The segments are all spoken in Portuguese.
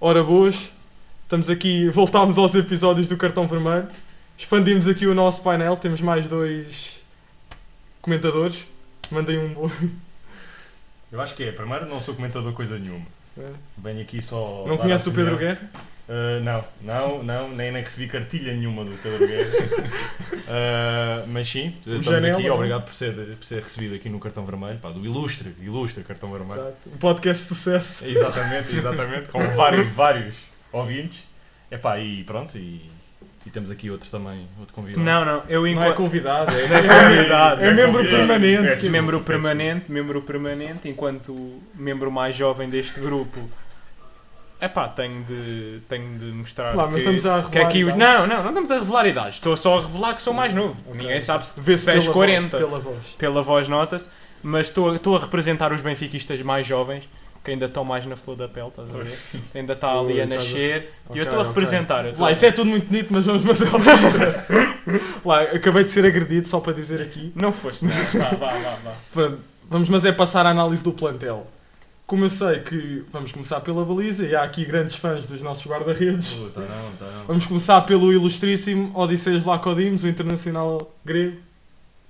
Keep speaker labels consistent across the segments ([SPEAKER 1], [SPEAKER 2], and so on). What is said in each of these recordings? [SPEAKER 1] Ora boas, estamos aqui, voltámos aos episódios do Cartão Vermelho, expandimos aqui o nosso painel, temos mais dois comentadores, mandei um boi.
[SPEAKER 2] Eu acho que é. Primeiro, não sou comentador coisa nenhuma. Venho aqui só.
[SPEAKER 1] Não
[SPEAKER 2] dar
[SPEAKER 1] conheces o
[SPEAKER 2] opinião.
[SPEAKER 1] Pedro Guerra?
[SPEAKER 2] Ah, não, não, não, nem, nem recebi cartilha nenhuma do Pedro Guerra. Ah, mas sim, estamos
[SPEAKER 1] Janela,
[SPEAKER 2] aqui.
[SPEAKER 1] não é?
[SPEAKER 2] Obrigado por ser, por ser recebido aqui no cartão vermelho. Pá, do ilustre, ilustre cartão vermelho.
[SPEAKER 1] Exato. Um podcast de sucesso.
[SPEAKER 2] Exatamente, exatamente, com vários, vários ouvintes. Epá, e pronto, e, e temos aqui outro também, outro convidado.
[SPEAKER 3] Não, não, eu
[SPEAKER 1] Não é
[SPEAKER 3] enquanto
[SPEAKER 1] convidado, é,
[SPEAKER 3] Não é convidado.
[SPEAKER 1] é membro
[SPEAKER 2] Não é convidado.
[SPEAKER 1] permanente.
[SPEAKER 2] É, sim. Peço
[SPEAKER 3] membro
[SPEAKER 2] desculpa.
[SPEAKER 3] permanente, membro permanente, enquanto membro mais jovem deste grupo. Epá, tenho de, tenho de mostrar
[SPEAKER 1] Lá,
[SPEAKER 3] que,
[SPEAKER 1] mas estamos a
[SPEAKER 3] que
[SPEAKER 1] revelar
[SPEAKER 3] aqui os...
[SPEAKER 1] idades.
[SPEAKER 3] Não, não, não estamos a revelar idades. Estou só a revelar que sou mais novo.
[SPEAKER 1] Ok.
[SPEAKER 3] Ninguém sabe se
[SPEAKER 1] Vê-se
[SPEAKER 3] tens
[SPEAKER 1] pela
[SPEAKER 3] 40.
[SPEAKER 1] Voz, pela voz.
[SPEAKER 3] pela voz nota-se, mas estou a, estou a representar os benfiquistas mais jovens, que ainda estão mais na flor da pele, estás a ver? Ainda está ali
[SPEAKER 1] Ui,
[SPEAKER 3] a
[SPEAKER 1] estás a-
[SPEAKER 3] nascer, e
[SPEAKER 1] Ok,
[SPEAKER 3] eu estou a
[SPEAKER 1] ok.
[SPEAKER 3] representar. eu estou
[SPEAKER 1] Lá,
[SPEAKER 3] a-
[SPEAKER 1] isso é tudo muito bonito, mas vamos passar ao que interessa. Lá, acabei de ser agredido, só para dizer aqui.
[SPEAKER 3] Não foste, não. Vá, vá, vá, vá.
[SPEAKER 1] Pronto, vamos mas é passar à análise do plantel. Como eu sei que vamos começar pela baliza, e há aqui grandes fãs dos nossos guarda-redes,
[SPEAKER 2] Puta, não, tá não.
[SPEAKER 1] vamos começar pelo ilustríssimo Odisseias Lacodimos, o internacional grego.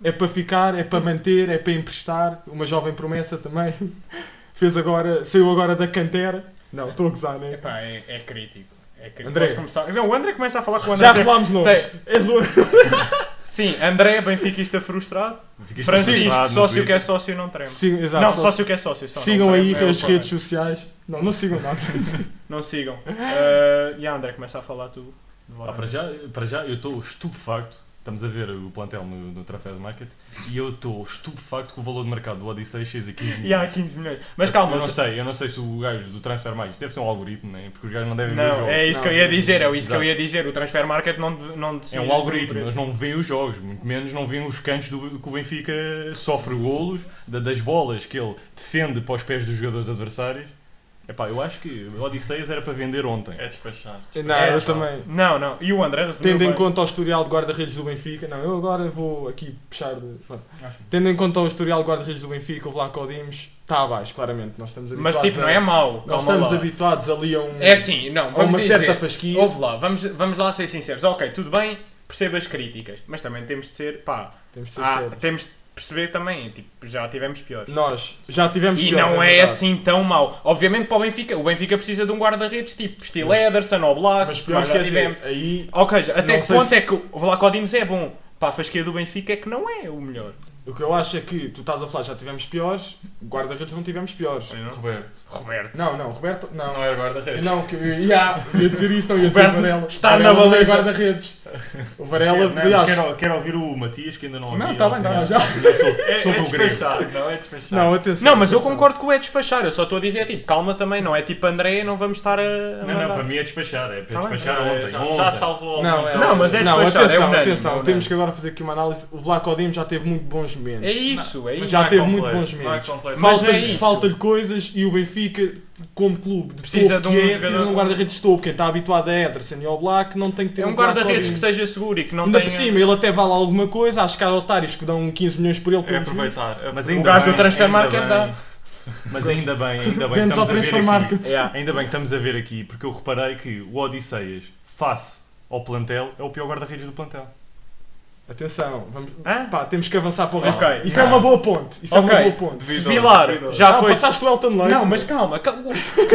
[SPEAKER 1] É para ficar, é para manter, é para emprestar, uma jovem promessa também. Fez agora, saiu agora da cantera. Não, estou a gozar, né?
[SPEAKER 3] Epá, é, é crítico. É crítico.
[SPEAKER 1] André.
[SPEAKER 3] Posso começar? Não, o André começa a falar com o André.
[SPEAKER 1] Já É falámos nomes. És o...
[SPEAKER 3] Sim, André, é benfiquista frustrado.
[SPEAKER 2] Fiquei
[SPEAKER 3] Francisco,
[SPEAKER 2] frustrado no
[SPEAKER 3] sócio que
[SPEAKER 2] Twitter.
[SPEAKER 3] é sócio, não treme.
[SPEAKER 1] Sim, exato.
[SPEAKER 3] Não,
[SPEAKER 1] só-
[SPEAKER 3] sócio que é sócio. Só,
[SPEAKER 1] Sigam
[SPEAKER 3] não treme,
[SPEAKER 1] aí
[SPEAKER 3] é o
[SPEAKER 1] as redes
[SPEAKER 3] caralho.
[SPEAKER 1] sociais. Não, não sigam nada.
[SPEAKER 3] Não sigam. Ah, e a André começa a falar tu.
[SPEAKER 2] Ah, para, já, para já, eu estou estupefacto. Estamos a ver o plantel no, no Trafalgar Market e eu estou estupefacto com o valor de mercado do Odyssey 6 a 15
[SPEAKER 3] E há 15 milhões. Mas
[SPEAKER 2] Eu
[SPEAKER 3] calma,
[SPEAKER 2] não
[SPEAKER 3] tu-
[SPEAKER 2] sei, eu não sei se o gajo do Transfer Mais deve ser um algoritmo, né? porque os gajos não devem ver os
[SPEAKER 3] Não,
[SPEAKER 2] jogos.
[SPEAKER 3] é isso que eu
[SPEAKER 1] Não,
[SPEAKER 3] ia dizer, é isso
[SPEAKER 2] exato.
[SPEAKER 3] que eu ia dizer. O transfer market não, de- não
[SPEAKER 2] É
[SPEAKER 3] decide
[SPEAKER 2] um
[SPEAKER 3] por
[SPEAKER 2] algoritmo,
[SPEAKER 3] isso.
[SPEAKER 2] eles não veem os jogos, muito menos não veem os cantos do, que o Benfica sofre golos, da- das bolas que ele defende para os pés dos jogadores adversários. Epá, eu acho que o Odisseias era para vender ontem.
[SPEAKER 4] É despachar.
[SPEAKER 1] Não,
[SPEAKER 3] É,
[SPEAKER 1] eu
[SPEAKER 3] tchau.
[SPEAKER 1] também.
[SPEAKER 3] Não, não. E o André resumiu
[SPEAKER 1] Tendo em
[SPEAKER 3] bem.
[SPEAKER 1] conta o historial de guarda-redes do Benfica, não, eu agora vou aqui puxar de. pronto. Tendo em conta o historial de guarda-redes do Benfica, o Vlaco Dimos está abaixo, claramente. Nós estamos
[SPEAKER 3] Mas
[SPEAKER 1] habituados
[SPEAKER 3] tipo,
[SPEAKER 1] a-
[SPEAKER 3] não é mau.
[SPEAKER 1] Nós
[SPEAKER 3] Calma
[SPEAKER 1] estamos
[SPEAKER 3] lá.
[SPEAKER 1] habituados ali a um.
[SPEAKER 3] É assim, não,
[SPEAKER 1] a
[SPEAKER 3] vamos
[SPEAKER 1] uma
[SPEAKER 3] dizer.
[SPEAKER 1] certa fasquia.
[SPEAKER 3] Ouve lá, vamos, vamos lá ser sinceros. Ok, tudo bem, percebo as críticas, mas também temos de ser, pá,
[SPEAKER 1] Temos de ser
[SPEAKER 3] ah,
[SPEAKER 1] sérios.
[SPEAKER 3] temos de perceber também, tipo, já tivemos piores.
[SPEAKER 1] Nós já tivemos
[SPEAKER 3] E
[SPEAKER 1] piores,
[SPEAKER 3] não é
[SPEAKER 1] verdade.
[SPEAKER 3] assim tão mau. Obviamente para o Benfica, o Benfica precisa de um guarda-redes tipo estilo Ederson ou Black,
[SPEAKER 1] Mas piores
[SPEAKER 3] já
[SPEAKER 1] quer
[SPEAKER 3] tivemos.
[SPEAKER 1] dizer, aí
[SPEAKER 3] Ou seja, até
[SPEAKER 1] Não
[SPEAKER 3] que
[SPEAKER 1] sei
[SPEAKER 3] ponto
[SPEAKER 1] se-
[SPEAKER 3] é que o Vlaco Dimes é bom? Pá, a fasquia do Benfica é que não é o melhor.
[SPEAKER 1] o que eu acho é que tu estás a falar, já tivemos piores, guarda-redes não tivemos piores.
[SPEAKER 4] Roberto.
[SPEAKER 3] Roberto.
[SPEAKER 1] Não, não, Roberto, não.
[SPEAKER 4] Não era guarda-redes.
[SPEAKER 1] Não, que eu ia, ia dizer isso, não ia dizer
[SPEAKER 3] Roberto
[SPEAKER 1] Varela.
[SPEAKER 3] está
[SPEAKER 1] Varela
[SPEAKER 3] na
[SPEAKER 1] não é
[SPEAKER 3] baliza.
[SPEAKER 1] guarda-redes. O
[SPEAKER 3] É,
[SPEAKER 1] Varela,
[SPEAKER 2] Não, mas
[SPEAKER 1] aliás,
[SPEAKER 2] quero, quero ouvir o Matias que ainda não
[SPEAKER 3] Não,
[SPEAKER 2] ouvi,
[SPEAKER 3] tá bem,
[SPEAKER 2] não
[SPEAKER 3] tá bem,
[SPEAKER 1] já.
[SPEAKER 2] Eu sou-
[SPEAKER 4] É,
[SPEAKER 2] sou
[SPEAKER 4] é
[SPEAKER 2] do grego.
[SPEAKER 4] despachar, não é despachar.
[SPEAKER 1] Não, atenção.
[SPEAKER 3] Não, mas eu
[SPEAKER 1] atenção.
[SPEAKER 3] concordo com o é despachar, eu só estou a dizer, tipo, calma também, não é tipo André, não vamos estar a.
[SPEAKER 2] Não, não, para mim é despachar, é para
[SPEAKER 3] Tá bem,
[SPEAKER 2] despachar
[SPEAKER 4] É,
[SPEAKER 2] ontem.
[SPEAKER 4] já,
[SPEAKER 2] ontem.
[SPEAKER 4] já salvou
[SPEAKER 1] Não,
[SPEAKER 4] alguns
[SPEAKER 1] é-
[SPEAKER 4] jogos.
[SPEAKER 3] Não, mas é
[SPEAKER 1] não,
[SPEAKER 3] despachado,
[SPEAKER 1] atenção,
[SPEAKER 3] é unânime,
[SPEAKER 1] atenção.
[SPEAKER 3] é unânime.
[SPEAKER 1] Temos que agora fazer aqui uma análise. O Vlaco Dimos já teve muito bons momentos.
[SPEAKER 3] É isso, é
[SPEAKER 4] Mas
[SPEAKER 3] isso.
[SPEAKER 1] já
[SPEAKER 4] não é
[SPEAKER 1] teve
[SPEAKER 4] completo,
[SPEAKER 1] muito bons
[SPEAKER 4] não é
[SPEAKER 1] minutos.
[SPEAKER 4] completo.
[SPEAKER 3] Mas
[SPEAKER 1] Falta-
[SPEAKER 3] é isso.
[SPEAKER 1] Falta-lhe coisas e o Benfica, como clube, de
[SPEAKER 3] Precisa
[SPEAKER 1] topo
[SPEAKER 3] de um
[SPEAKER 1] que é,
[SPEAKER 3] jogador-
[SPEAKER 1] precisa de um guarda-redes de topo. Quem está habituado a Ederson e ao Black não tem que ter
[SPEAKER 3] É um
[SPEAKER 1] Vlaco
[SPEAKER 3] guarda-redes que
[SPEAKER 1] Dimos.
[SPEAKER 3] seja seguro e que não
[SPEAKER 1] Ainda
[SPEAKER 3] tenha.
[SPEAKER 1] por cima, ele até vale alguma coisa. Acho que há otários que dão 15 milhões por ele.
[SPEAKER 4] É
[SPEAKER 1] pelos vistos.
[SPEAKER 4] aproveitar.
[SPEAKER 2] Mas
[SPEAKER 3] O
[SPEAKER 2] ainda
[SPEAKER 3] gajo do
[SPEAKER 2] bem,
[SPEAKER 3] Transfer
[SPEAKER 2] ainda
[SPEAKER 3] Market
[SPEAKER 2] bem.
[SPEAKER 3] dá.
[SPEAKER 2] Mas ainda bem, ainda bem.
[SPEAKER 1] Vemos ao
[SPEAKER 2] estamos a ver
[SPEAKER 1] Transfer
[SPEAKER 2] aqui. É,
[SPEAKER 1] Market.
[SPEAKER 3] Yeah.
[SPEAKER 2] Ainda bem que estamos a ver aqui, porque eu reparei que o Odisseias, face ao plantel, é o pior guarda-redes do plantel.
[SPEAKER 1] Atenção, vamos...
[SPEAKER 3] Hã?
[SPEAKER 1] Pá, temos que avançar para o resto.
[SPEAKER 3] Ok,
[SPEAKER 1] Isso
[SPEAKER 3] não.
[SPEAKER 1] é uma boa ponte. Isso é uma
[SPEAKER 3] Ok,
[SPEAKER 1] boa ponte.
[SPEAKER 3] se
[SPEAKER 4] Duvidoso,
[SPEAKER 3] um Vilar
[SPEAKER 4] duvidoso.
[SPEAKER 3] já
[SPEAKER 1] Ah,
[SPEAKER 3] foi.
[SPEAKER 1] passaste o Elton Leite.
[SPEAKER 3] Não, mas calma, cal- quem?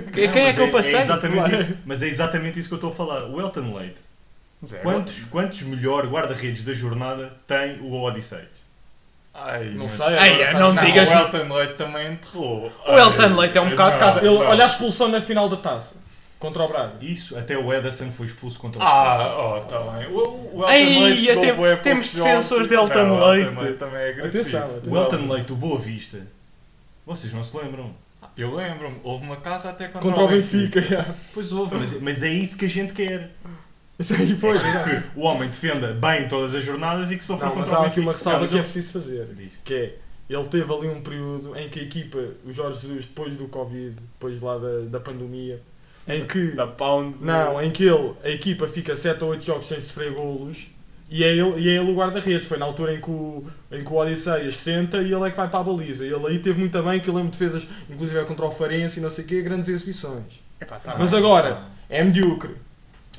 [SPEAKER 3] Quem? Quem,
[SPEAKER 2] Não,
[SPEAKER 3] é
[SPEAKER 2] mas
[SPEAKER 3] que eu passei?
[SPEAKER 2] É exatamente isso, mas é exatamente isso que eu estou a falar. O Elton Leite,
[SPEAKER 4] É
[SPEAKER 3] Zero.
[SPEAKER 2] quantos, quantos melhor guarda-redes da jornada tem o Odisseias?
[SPEAKER 4] Ai,
[SPEAKER 1] Não
[SPEAKER 4] mas-
[SPEAKER 1] sei.
[SPEAKER 3] Ei,
[SPEAKER 1] agora tá-
[SPEAKER 3] não
[SPEAKER 4] Não,
[SPEAKER 3] digas-
[SPEAKER 4] O Elton Leite também enterrou.
[SPEAKER 3] O Elton Leite é um bocado de casa.
[SPEAKER 1] Ele,
[SPEAKER 4] Não.
[SPEAKER 1] olha a expulsão na final da taça. Contra o Braga.
[SPEAKER 2] Isso, até o Ederson foi expulso contra o
[SPEAKER 4] Ah, oh, tá bem. O, o Elton
[SPEAKER 3] Ei,
[SPEAKER 4] Leite
[SPEAKER 3] ia
[SPEAKER 4] jogou
[SPEAKER 3] ter-
[SPEAKER 4] bué poucos
[SPEAKER 3] temos
[SPEAKER 4] jogos.
[SPEAKER 3] defensores de Elton
[SPEAKER 4] Não, o
[SPEAKER 3] Leite.
[SPEAKER 4] também é agressivo.
[SPEAKER 1] Atenção, atenção.
[SPEAKER 2] O Elton Leite, o Boa Vista. Vocês não se lembram?
[SPEAKER 4] Eu lembro-me, houve uma casa até contra,
[SPEAKER 3] é
[SPEAKER 1] Contra o Benfica, já.
[SPEAKER 2] Pois houve, mas, mas é isso que a gente quer. É
[SPEAKER 1] Isso aí foi.
[SPEAKER 2] Que o homem defenda bem todas as jornadas e que sofra
[SPEAKER 1] Não, mas
[SPEAKER 2] contra o
[SPEAKER 1] há aqui
[SPEAKER 2] Benfica.
[SPEAKER 1] uma ressalva
[SPEAKER 2] Não,
[SPEAKER 1] que é
[SPEAKER 2] mas
[SPEAKER 1] preciso fazer.
[SPEAKER 2] eu- Diz.
[SPEAKER 1] Que é, ele teve ali um período em que a equipa, o Jorge Jesus, depois do Covid, depois lá da, da pandemia, em que...
[SPEAKER 3] Da Pound. é
[SPEAKER 1] Não, em que ele, a equipa fica 7 ou 8 jogos sem sofrer golos E é ele, e é ele o guarda-redes. Foi na altura em que, o, em que o Odisseias senta e ele é que vai para a baliza. Ele aí teve muito bem, que eu lembro de defesas, inclusive contra o Farense e não sei o quê, grandes exibições.
[SPEAKER 3] Epá, tá
[SPEAKER 1] Mas
[SPEAKER 3] bem.
[SPEAKER 1] agora, é medíocre.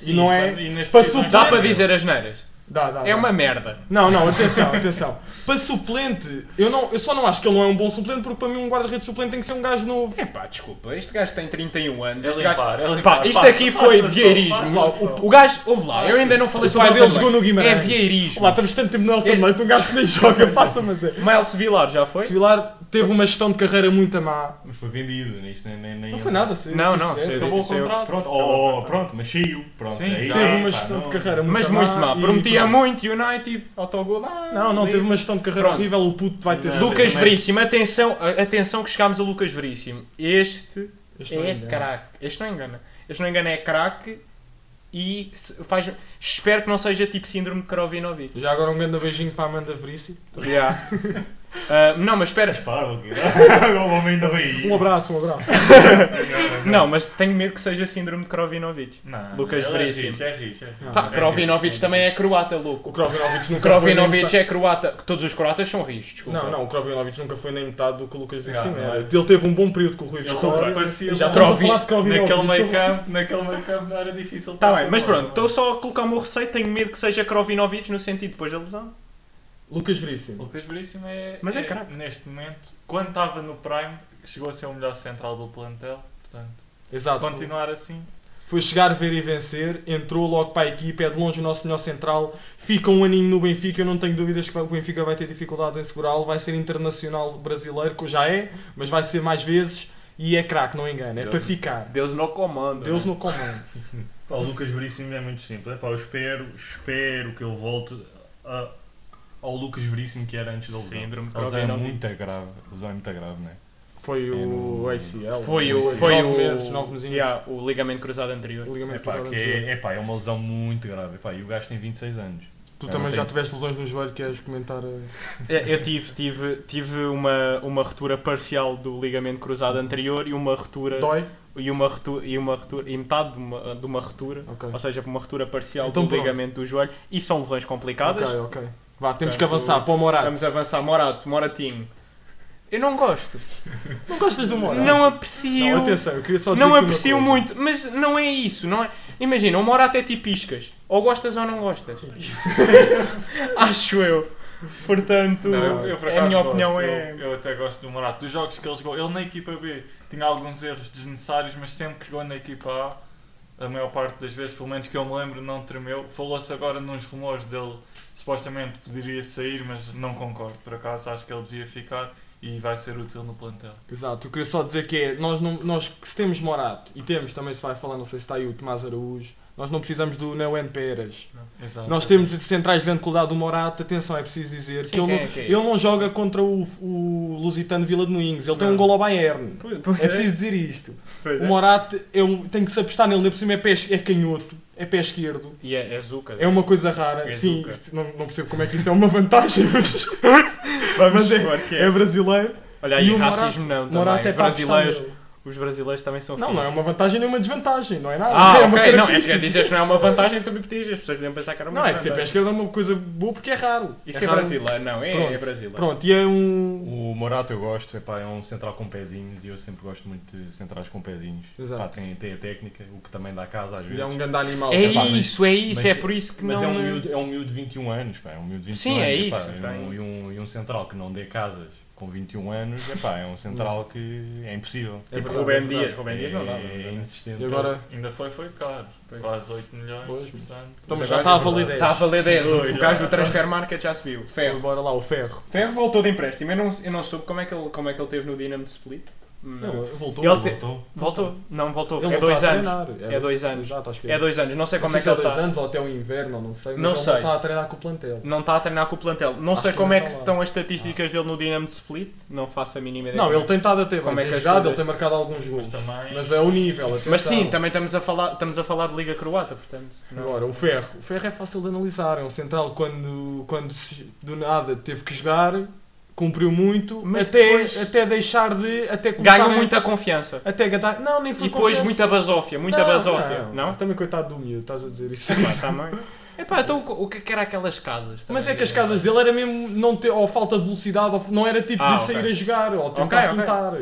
[SPEAKER 1] e
[SPEAKER 4] Sim,
[SPEAKER 1] não é.
[SPEAKER 4] e neste
[SPEAKER 1] para
[SPEAKER 4] season- é
[SPEAKER 1] supl-
[SPEAKER 3] Dá para dizer as neiras.
[SPEAKER 1] Dá, dá,
[SPEAKER 3] É
[SPEAKER 1] dá.
[SPEAKER 3] uma merda.
[SPEAKER 1] Não, não, atenção, atenção. Para suplente, eu, não, eu só não acho que ele não é um bom suplente, porque para mim um guarda-redes suplente tem que ser um gajo novo.
[SPEAKER 3] Epá, desculpa, este gajo tem 31 anos.
[SPEAKER 4] É
[SPEAKER 3] este gajo...
[SPEAKER 4] limpar, é
[SPEAKER 3] Pá,
[SPEAKER 4] limpar.
[SPEAKER 3] isto
[SPEAKER 4] Passa,
[SPEAKER 3] aqui
[SPEAKER 4] passa,
[SPEAKER 3] foi
[SPEAKER 4] só,
[SPEAKER 3] vieirismo.
[SPEAKER 4] passa, só.
[SPEAKER 3] O, o gajo, ouve lá, eu ainda não falei
[SPEAKER 1] O pai
[SPEAKER 3] ele
[SPEAKER 1] dele jogou no
[SPEAKER 3] É
[SPEAKER 1] Guimarães.
[SPEAKER 3] vieirismo.
[SPEAKER 1] Lá tá. estamos tanto tempo no Elton
[SPEAKER 3] É-
[SPEAKER 1] Leite, um gajo que nem joga, faça, mas é.
[SPEAKER 3] Miles Vilar já foi?
[SPEAKER 1] Se Vilar teve uma gestão de carreira muito má.
[SPEAKER 2] Mas foi vendido, né? isto nem, nem, nem-
[SPEAKER 1] Não foi nada, sim.
[SPEAKER 3] Não, não, sei.
[SPEAKER 4] Acabou o
[SPEAKER 3] Isso é-
[SPEAKER 4] contrato.
[SPEAKER 2] Pronto, oh, oh, pronto, mas saiu. Pronto,
[SPEAKER 4] Sim,
[SPEAKER 2] aí
[SPEAKER 4] já
[SPEAKER 1] Teve
[SPEAKER 2] é,
[SPEAKER 1] uma
[SPEAKER 2] pá,
[SPEAKER 1] gestão de
[SPEAKER 2] não-
[SPEAKER 1] carreira muito
[SPEAKER 3] Mas muito má.
[SPEAKER 1] e pronto.
[SPEAKER 3] Prometia muito, United, autogol. ah,
[SPEAKER 1] Não, não,
[SPEAKER 3] ali.
[SPEAKER 1] teve uma gestão de carreira
[SPEAKER 3] Pronto.
[SPEAKER 1] horrível, o puto vai ter...
[SPEAKER 2] Não.
[SPEAKER 1] sido-
[SPEAKER 3] Lucas
[SPEAKER 2] Sim,
[SPEAKER 3] Veríssimo, atenção, a- atenção que chegámos a Lucas Veríssimo. Este
[SPEAKER 1] Este não
[SPEAKER 3] é
[SPEAKER 1] engana.
[SPEAKER 3] craque. Este não engana. Este não engana, é craque e se- faz. Espero que não seja tipo síndrome de Karovinovic.
[SPEAKER 1] Já agora um grande beijinho para a Amanda Veríssimo.
[SPEAKER 3] Ah, não, mas espera.
[SPEAKER 2] Para, o quê? o homem ainda veio.
[SPEAKER 1] Um abraço, um abraço. um-
[SPEAKER 3] Não, mas tenho medo que seja síndrome de Karovinovic.
[SPEAKER 4] Não,
[SPEAKER 3] Lucas
[SPEAKER 4] ele é
[SPEAKER 3] Veríssimo.
[SPEAKER 4] riche, é riche, é riche.
[SPEAKER 1] Não,
[SPEAKER 3] Pá,
[SPEAKER 4] é
[SPEAKER 3] Karovinovic
[SPEAKER 4] riche.
[SPEAKER 3] também é croata, louco.
[SPEAKER 1] O Krovinovic
[SPEAKER 3] O
[SPEAKER 1] nunca
[SPEAKER 3] Karovinovic
[SPEAKER 1] foi...
[SPEAKER 3] é croata. Todos os croatas são rijos,
[SPEAKER 1] nem
[SPEAKER 3] desculpa.
[SPEAKER 1] metade- Não, não, o Krovinovic nunca foi nem metade do que o Lucas Veríssimo
[SPEAKER 4] Não, não
[SPEAKER 1] era.
[SPEAKER 4] é.
[SPEAKER 1] Ele teve um bom período com o Rui
[SPEAKER 4] Desculpa,
[SPEAKER 1] Vitória.
[SPEAKER 4] parecia
[SPEAKER 1] Já
[SPEAKER 4] já
[SPEAKER 1] estamos a
[SPEAKER 3] Trovi-
[SPEAKER 1] falar de Krovinovic.
[SPEAKER 4] naquele meio campo, naquele meio campo não era difícil
[SPEAKER 3] Tá
[SPEAKER 4] passar
[SPEAKER 3] bem, mas
[SPEAKER 4] bola,
[SPEAKER 3] pronto, estou só a colocar o meu receio, tenho medo que seja Krovinovic no sentido depois da lesão.
[SPEAKER 1] Lucas Veríssimo.
[SPEAKER 4] Lucas Veríssimo é,
[SPEAKER 3] Mas é craque.
[SPEAKER 4] neste momento, quando estava no Prime, chegou a ser o melhor central do plantel. Portanto,
[SPEAKER 1] Exato.
[SPEAKER 4] se continuar assim,
[SPEAKER 1] Foi chegar, ver e vencer, entrou logo para a equipa, é de longe o nosso melhor central, fica um aninho no Benfica, eu não tenho dúvidas que o Benfica vai ter dificuldade em segurá-lo, vai ser internacional brasileiro, que já é, mas vai ser mais vezes, e é craque, não engana, é para ficar.
[SPEAKER 3] Deus não comanda.
[SPEAKER 1] Deus no comando. né?
[SPEAKER 2] Pá, o Lucas Veríssimo é muito simples. É, pá, eu espero, espero que ele volte a- ao Lucas Veríssimo que era antes da lesão.
[SPEAKER 3] Síndrome de
[SPEAKER 2] A lesão é
[SPEAKER 3] Krovinovic.
[SPEAKER 2] muito grave. A lesão é muito grave, não é?
[SPEAKER 1] Foi o ACL.
[SPEAKER 3] Foi o,
[SPEAKER 1] nove
[SPEAKER 3] foi o,
[SPEAKER 1] meses, nove mesinhos.
[SPEAKER 3] yeah, o ligamento cruzado anterior.
[SPEAKER 1] O ligamento
[SPEAKER 2] É pá,
[SPEAKER 1] cruzado
[SPEAKER 2] que
[SPEAKER 1] anterior.
[SPEAKER 2] é, é, pá, é uma lesão muito grave. É, pá, e o gajo tem 26 anos.
[SPEAKER 1] Tu
[SPEAKER 2] Eu
[SPEAKER 1] também
[SPEAKER 2] não
[SPEAKER 1] já
[SPEAKER 2] tenho-
[SPEAKER 1] tiveste lesões no joelho, queres comentar? eh?
[SPEAKER 3] É, Eu tive, tive, tive uma, uma retura parcial do ligamento cruzado anterior e uma retura
[SPEAKER 1] Dói?
[SPEAKER 3] e uma retura e uma retura e metade de uma, de uma retura,
[SPEAKER 1] Ok.
[SPEAKER 3] ou seja, uma retura parcial
[SPEAKER 1] Então
[SPEAKER 3] do
[SPEAKER 1] pronto.
[SPEAKER 3] ligamento do joelho e são lesões complicadas.
[SPEAKER 1] Ok, ok. Vá, temos que
[SPEAKER 3] Portanto,
[SPEAKER 1] avançar para o Morato.
[SPEAKER 3] Vamos avançar, Morato, Moratinho. Eu não gosto.
[SPEAKER 1] Não gostas do Morato?
[SPEAKER 3] Não aprecio.
[SPEAKER 1] Não, atenção, eu queria só dizer
[SPEAKER 3] não
[SPEAKER 1] aqui uma
[SPEAKER 3] aprecio
[SPEAKER 1] coisa.
[SPEAKER 3] muito, mas não é isso, não é? Imagina, o Morato é tipiscas. Ou gostas ou não gostas. Acho eu. Portanto,
[SPEAKER 4] Não, eu- eu por
[SPEAKER 3] É a
[SPEAKER 4] acaso
[SPEAKER 3] minha
[SPEAKER 4] gosto.
[SPEAKER 3] opinião
[SPEAKER 4] Eu-
[SPEAKER 3] é.
[SPEAKER 4] Eu, até gosto do Morato. Dos jogos que ele jogou, ele na equipa B tinha alguns erros desnecessários, mas sempre que jogou na equipa A, a maior parte das vezes, pelo menos que eu me lembro, não tremeu. Falou-se agora nos rumores dele, supostamente poderia sair, mas não concordo. Por acaso, acho que ele devia ficar e vai ser útil no plantel.
[SPEAKER 1] Exato, eu queria só dizer que é, nós, não, nós que se temos Morato e temos também se vai falar, não sei se está aí o Tomás Araújo, nós não precisamos do Neuen Peras.
[SPEAKER 4] Exato.
[SPEAKER 3] Ah,
[SPEAKER 1] Nós temos centrais de grande qualidade do Morato, atenção, é preciso dizer
[SPEAKER 3] Sim,
[SPEAKER 1] que ele,
[SPEAKER 3] quem
[SPEAKER 1] não,
[SPEAKER 3] é que é?
[SPEAKER 1] ele não joga contra o, o Lusitano Vila de Moinhos, ele tem
[SPEAKER 3] Não.
[SPEAKER 1] um gol ao Bayern.
[SPEAKER 3] Pois- pois
[SPEAKER 1] É preciso dizer isto.
[SPEAKER 3] pois
[SPEAKER 1] O Morato é um- tem que se apostar nele, ainda por cima é pé, es- é canhoto, é pé esquerdo.
[SPEAKER 3] E é, é Zuka.
[SPEAKER 1] É uma coisa rara,
[SPEAKER 3] É
[SPEAKER 1] sim,
[SPEAKER 3] Zuka.
[SPEAKER 1] não, não percebo como é que isso é uma vantagem, mas
[SPEAKER 3] Vamos
[SPEAKER 1] mas é-
[SPEAKER 3] supor que é.
[SPEAKER 1] é brasileiro.
[SPEAKER 3] Olha aí,
[SPEAKER 1] o
[SPEAKER 3] racismo não
[SPEAKER 1] Morato- Morato
[SPEAKER 3] também.
[SPEAKER 1] é
[SPEAKER 3] os,
[SPEAKER 1] para apostar
[SPEAKER 3] brasileiros,
[SPEAKER 1] nele.
[SPEAKER 3] os brasileiros também são
[SPEAKER 1] Não,
[SPEAKER 3] finos.
[SPEAKER 1] não é uma vantagem nem uma desvantagem, não é nada.
[SPEAKER 3] Ah,
[SPEAKER 1] é uma
[SPEAKER 3] ok. Não, é
[SPEAKER 1] característica.
[SPEAKER 3] que dizes que não é uma vantagem, também pedias. As pessoas deviam pensar que era uma
[SPEAKER 1] Não, é que
[SPEAKER 3] vantagem.
[SPEAKER 1] ser pé esquerdo é uma coisa boa porque é raro.
[SPEAKER 3] Isso é,
[SPEAKER 1] raro.
[SPEAKER 3] brasileiro, não, é,
[SPEAKER 1] Pronto,
[SPEAKER 3] é brasileiro.
[SPEAKER 1] Pronto, e é um.
[SPEAKER 2] O Morato eu gosto, é, pá, é um central com pezinhos e eu sempre gosto muito de centrais com pezinhos.
[SPEAKER 1] Exato.
[SPEAKER 2] Pá, tem, tem a técnica, o que também dá casa às vezes.
[SPEAKER 1] E é um grande animal.
[SPEAKER 3] É
[SPEAKER 2] Epá, mas-
[SPEAKER 3] isso, é isso,
[SPEAKER 2] mas-
[SPEAKER 3] é por isso que
[SPEAKER 2] Mas
[SPEAKER 3] não.
[SPEAKER 2] é um, miúdo, é um miúdo de 21 anos, pá, é um miúdo de 21
[SPEAKER 3] Sim,
[SPEAKER 2] anos.
[SPEAKER 3] é
[SPEAKER 2] epá,
[SPEAKER 3] isso,
[SPEAKER 2] e
[SPEAKER 3] tem.
[SPEAKER 2] um- e, um, e um central que não dê casas com 21 anos, epá, é um central que é impossível.
[SPEAKER 1] É
[SPEAKER 3] Tipo
[SPEAKER 1] verdade, é
[SPEAKER 3] Rubem
[SPEAKER 1] verdade.
[SPEAKER 3] Dias, Rubem Dias não dá.
[SPEAKER 2] É insistente.
[SPEAKER 1] E agora.
[SPEAKER 4] É, Ainda foi, foi caro.
[SPEAKER 3] Pois.
[SPEAKER 4] Quase 8 milhões.
[SPEAKER 1] Pois, mas-
[SPEAKER 4] portanto.
[SPEAKER 1] Então, mas
[SPEAKER 3] Mas
[SPEAKER 1] já
[SPEAKER 3] agora
[SPEAKER 1] está a
[SPEAKER 3] é
[SPEAKER 1] valer 10.
[SPEAKER 3] Está a valer 10.
[SPEAKER 4] Ui,
[SPEAKER 3] O
[SPEAKER 4] já,
[SPEAKER 3] gajo do
[SPEAKER 4] já.
[SPEAKER 3] Transfer Market já subiu. Ferro.
[SPEAKER 1] Bora lá, o ferro.
[SPEAKER 3] Ferro voltou de empréstimo. Eu não, eu não soube como é, que ele, como é que ele teve no Dinamo de Split. Não.
[SPEAKER 1] Ele voltou.
[SPEAKER 3] Ele te-
[SPEAKER 2] Voltou.
[SPEAKER 3] Voltou. Não, voltou.
[SPEAKER 1] Ele
[SPEAKER 3] é dois
[SPEAKER 1] está a
[SPEAKER 3] anos.
[SPEAKER 1] treinar.
[SPEAKER 3] É dois anos.
[SPEAKER 1] Exato, acho que
[SPEAKER 3] É dois anos. Não sei
[SPEAKER 1] Não
[SPEAKER 3] como
[SPEAKER 1] sei
[SPEAKER 3] é
[SPEAKER 1] se
[SPEAKER 3] que
[SPEAKER 1] é
[SPEAKER 3] ele
[SPEAKER 1] dois
[SPEAKER 3] está.
[SPEAKER 1] anos ou até o inverno, não sei. Mas
[SPEAKER 3] Não
[SPEAKER 1] ele
[SPEAKER 3] sei.
[SPEAKER 1] está a treinar com o plantel.
[SPEAKER 3] Não está a treinar com o plantel. Não
[SPEAKER 1] Acho
[SPEAKER 3] sei
[SPEAKER 1] que
[SPEAKER 3] como
[SPEAKER 1] não
[SPEAKER 3] é que
[SPEAKER 1] está lá.
[SPEAKER 3] estão as estatísticas dele no Dinamo de Split. Não faço a mínima ideia.
[SPEAKER 1] Não, ele tem estado até
[SPEAKER 3] É Como
[SPEAKER 1] bem.
[SPEAKER 3] é que
[SPEAKER 1] Tem
[SPEAKER 3] as
[SPEAKER 1] jogado, ele
[SPEAKER 3] coisas-
[SPEAKER 1] tem marcado alguns gols.
[SPEAKER 4] Mas também.
[SPEAKER 1] Mas é o nível. atenção.
[SPEAKER 3] Mas sim, também estamos a falar, estamos a falar de Liga Croata, portanto. não-
[SPEAKER 1] Agora, o Ferro. O Ferro é fácil de analisar. É um central quando, quando se- do nada teve que jogar, cumpriu muito,
[SPEAKER 3] Mas
[SPEAKER 1] até,
[SPEAKER 3] depois-
[SPEAKER 1] até deixar de. Até começar
[SPEAKER 3] Ganhou
[SPEAKER 1] a-
[SPEAKER 3] muita confiança.
[SPEAKER 1] Até ganhar. Não, nem foi
[SPEAKER 3] E depois
[SPEAKER 1] confiança.
[SPEAKER 3] muita basófia, muita
[SPEAKER 1] Não,
[SPEAKER 3] basófia.
[SPEAKER 1] Não,
[SPEAKER 3] Não?
[SPEAKER 1] Também coitado do miúdo, estás a dizer isso.
[SPEAKER 3] Pá, tá bem. Epá, então o co- o que é que era aquelas casas?
[SPEAKER 1] Mas é
[SPEAKER 3] Também
[SPEAKER 1] que as
[SPEAKER 3] era-
[SPEAKER 1] casas dele era mesmo não ter, ou falta de velocidade, ou, não era tipo
[SPEAKER 3] Ah,
[SPEAKER 1] de
[SPEAKER 3] ok.
[SPEAKER 1] sair a jogar, ou tentar
[SPEAKER 3] ok.
[SPEAKER 1] fintar.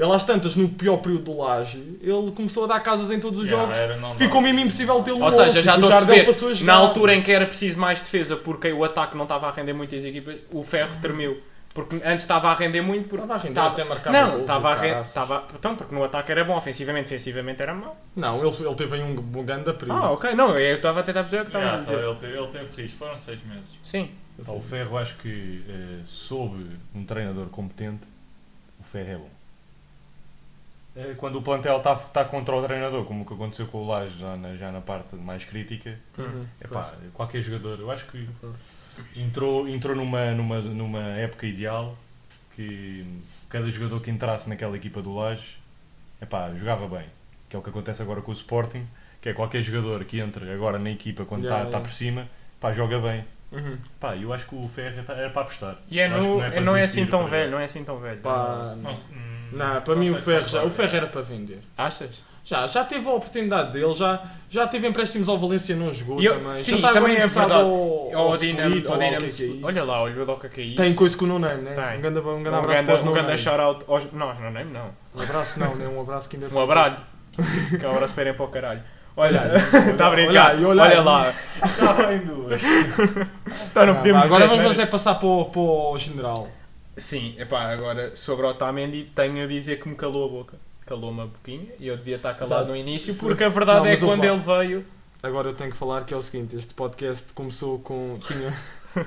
[SPEAKER 1] Ele às tantas, no pior período do Laje, ele começou a dar casas em todos os
[SPEAKER 4] Yeah,
[SPEAKER 1] jogos.
[SPEAKER 4] era, não
[SPEAKER 1] Ficou
[SPEAKER 4] dá.
[SPEAKER 1] mesmo impossível tê-lo
[SPEAKER 3] Ou seja, já estou a
[SPEAKER 1] passou a
[SPEAKER 3] perceber,
[SPEAKER 1] jogar.
[SPEAKER 3] na altura em que era preciso mais defesa porque o ataque não estava a render muito as equipas, o ferro tremeu. Porque antes estava a render muito porque
[SPEAKER 1] Estava a render
[SPEAKER 3] tava-
[SPEAKER 1] até marcar
[SPEAKER 3] Não,
[SPEAKER 1] gols,
[SPEAKER 3] estava a
[SPEAKER 1] o
[SPEAKER 3] render.
[SPEAKER 1] caraças.
[SPEAKER 3] Estava... Então, porque no ataque era bom, ofensivamente, defensivamente era mau.
[SPEAKER 1] Não, ele, ele teve aí um bom grande período.
[SPEAKER 3] Ah, ok, não, eu estava a tentar perceber o que estava a
[SPEAKER 4] Yeah, tá,
[SPEAKER 3] dizer.
[SPEAKER 2] então
[SPEAKER 4] ele, teve, ele teve risco, foram seis meses.
[SPEAKER 3] Sim.
[SPEAKER 2] Pá, o Ferro acho que eh, sob um treinador competente, o Ferro é bom. Eh, quando o plantel está tá contra o treinador, como o que aconteceu com o Laje já na, já na parte mais crítica,
[SPEAKER 3] Uhum.
[SPEAKER 1] Uhum.
[SPEAKER 2] epá, qualquer jogador, eu acho que entrou, entrou numa, numa, numa época ideal que cada jogador que entrasse naquela equipa do Laje epá, jogava bem. Que é o que acontece agora com o Sporting, que é qualquer jogador que entre agora na equipa quando está
[SPEAKER 1] Yeah, yeah.
[SPEAKER 2] por cima, pá, joga bem.
[SPEAKER 1] Uhum.
[SPEAKER 2] Pá, eu acho que o Ferro era para apostar.
[SPEAKER 3] E é
[SPEAKER 2] Eu acho
[SPEAKER 3] no-
[SPEAKER 2] que
[SPEAKER 3] é-
[SPEAKER 2] para
[SPEAKER 3] não é
[SPEAKER 2] desistir, tá
[SPEAKER 3] assim tão
[SPEAKER 2] para-
[SPEAKER 3] velho, não é assim tão velho.
[SPEAKER 1] Pá,
[SPEAKER 4] Não,
[SPEAKER 1] não,
[SPEAKER 4] hum,
[SPEAKER 1] Não, para mim
[SPEAKER 4] sei
[SPEAKER 1] o
[SPEAKER 4] se
[SPEAKER 1] ferro,
[SPEAKER 4] pode
[SPEAKER 1] já,
[SPEAKER 4] dar.
[SPEAKER 1] o ferro era para vender.
[SPEAKER 3] Achas?
[SPEAKER 1] Já, já teve a oportunidade dele, já, já teve empréstimos ao Valência, não jogou
[SPEAKER 3] E eu-
[SPEAKER 1] também.
[SPEAKER 3] sim,
[SPEAKER 1] já está agora
[SPEAKER 3] também é
[SPEAKER 1] emprestado
[SPEAKER 3] verdade.
[SPEAKER 1] ao,
[SPEAKER 3] Ou
[SPEAKER 1] ao
[SPEAKER 3] o Dinamo.
[SPEAKER 1] Split, ou
[SPEAKER 3] ao
[SPEAKER 1] lá o
[SPEAKER 3] Dinamo
[SPEAKER 1] que é que é
[SPEAKER 3] Split.
[SPEAKER 1] isso.
[SPEAKER 3] Olha lá, olha o Doca que é isso.
[SPEAKER 1] Tem coisa com o No Name, né?
[SPEAKER 3] Tem.
[SPEAKER 1] Um grande, um grande
[SPEAKER 3] um
[SPEAKER 1] abraço para os
[SPEAKER 3] grande,
[SPEAKER 1] No
[SPEAKER 3] um grande
[SPEAKER 1] Name.
[SPEAKER 3] shout-out aos... Nós, não, nem não.
[SPEAKER 1] Um abraço não, né? Um abraço que ainda
[SPEAKER 3] Um abraço. Que agora se perem para o caralho. Olha, está a brincar.
[SPEAKER 1] olha, e olha.
[SPEAKER 3] Olha lá.
[SPEAKER 4] Já vai em duas.
[SPEAKER 3] Então não
[SPEAKER 1] Ah,
[SPEAKER 3] podemos
[SPEAKER 1] pá, agora
[SPEAKER 3] dizer
[SPEAKER 1] vamos
[SPEAKER 3] asneiras.
[SPEAKER 1] é passar para o, para o general.
[SPEAKER 3] Sim, epá, agora sobre o Otamendi tenho a dizer que me calou a boca. Calou-me a boquinha e eu devia estar calado
[SPEAKER 1] Exato.
[SPEAKER 3] no início porque a verdade
[SPEAKER 1] Não,
[SPEAKER 3] é
[SPEAKER 1] mas
[SPEAKER 3] que quando
[SPEAKER 1] ouve
[SPEAKER 3] ele veio...
[SPEAKER 1] Agora eu tenho que falar que é o seguinte, este podcast começou com. Tinha...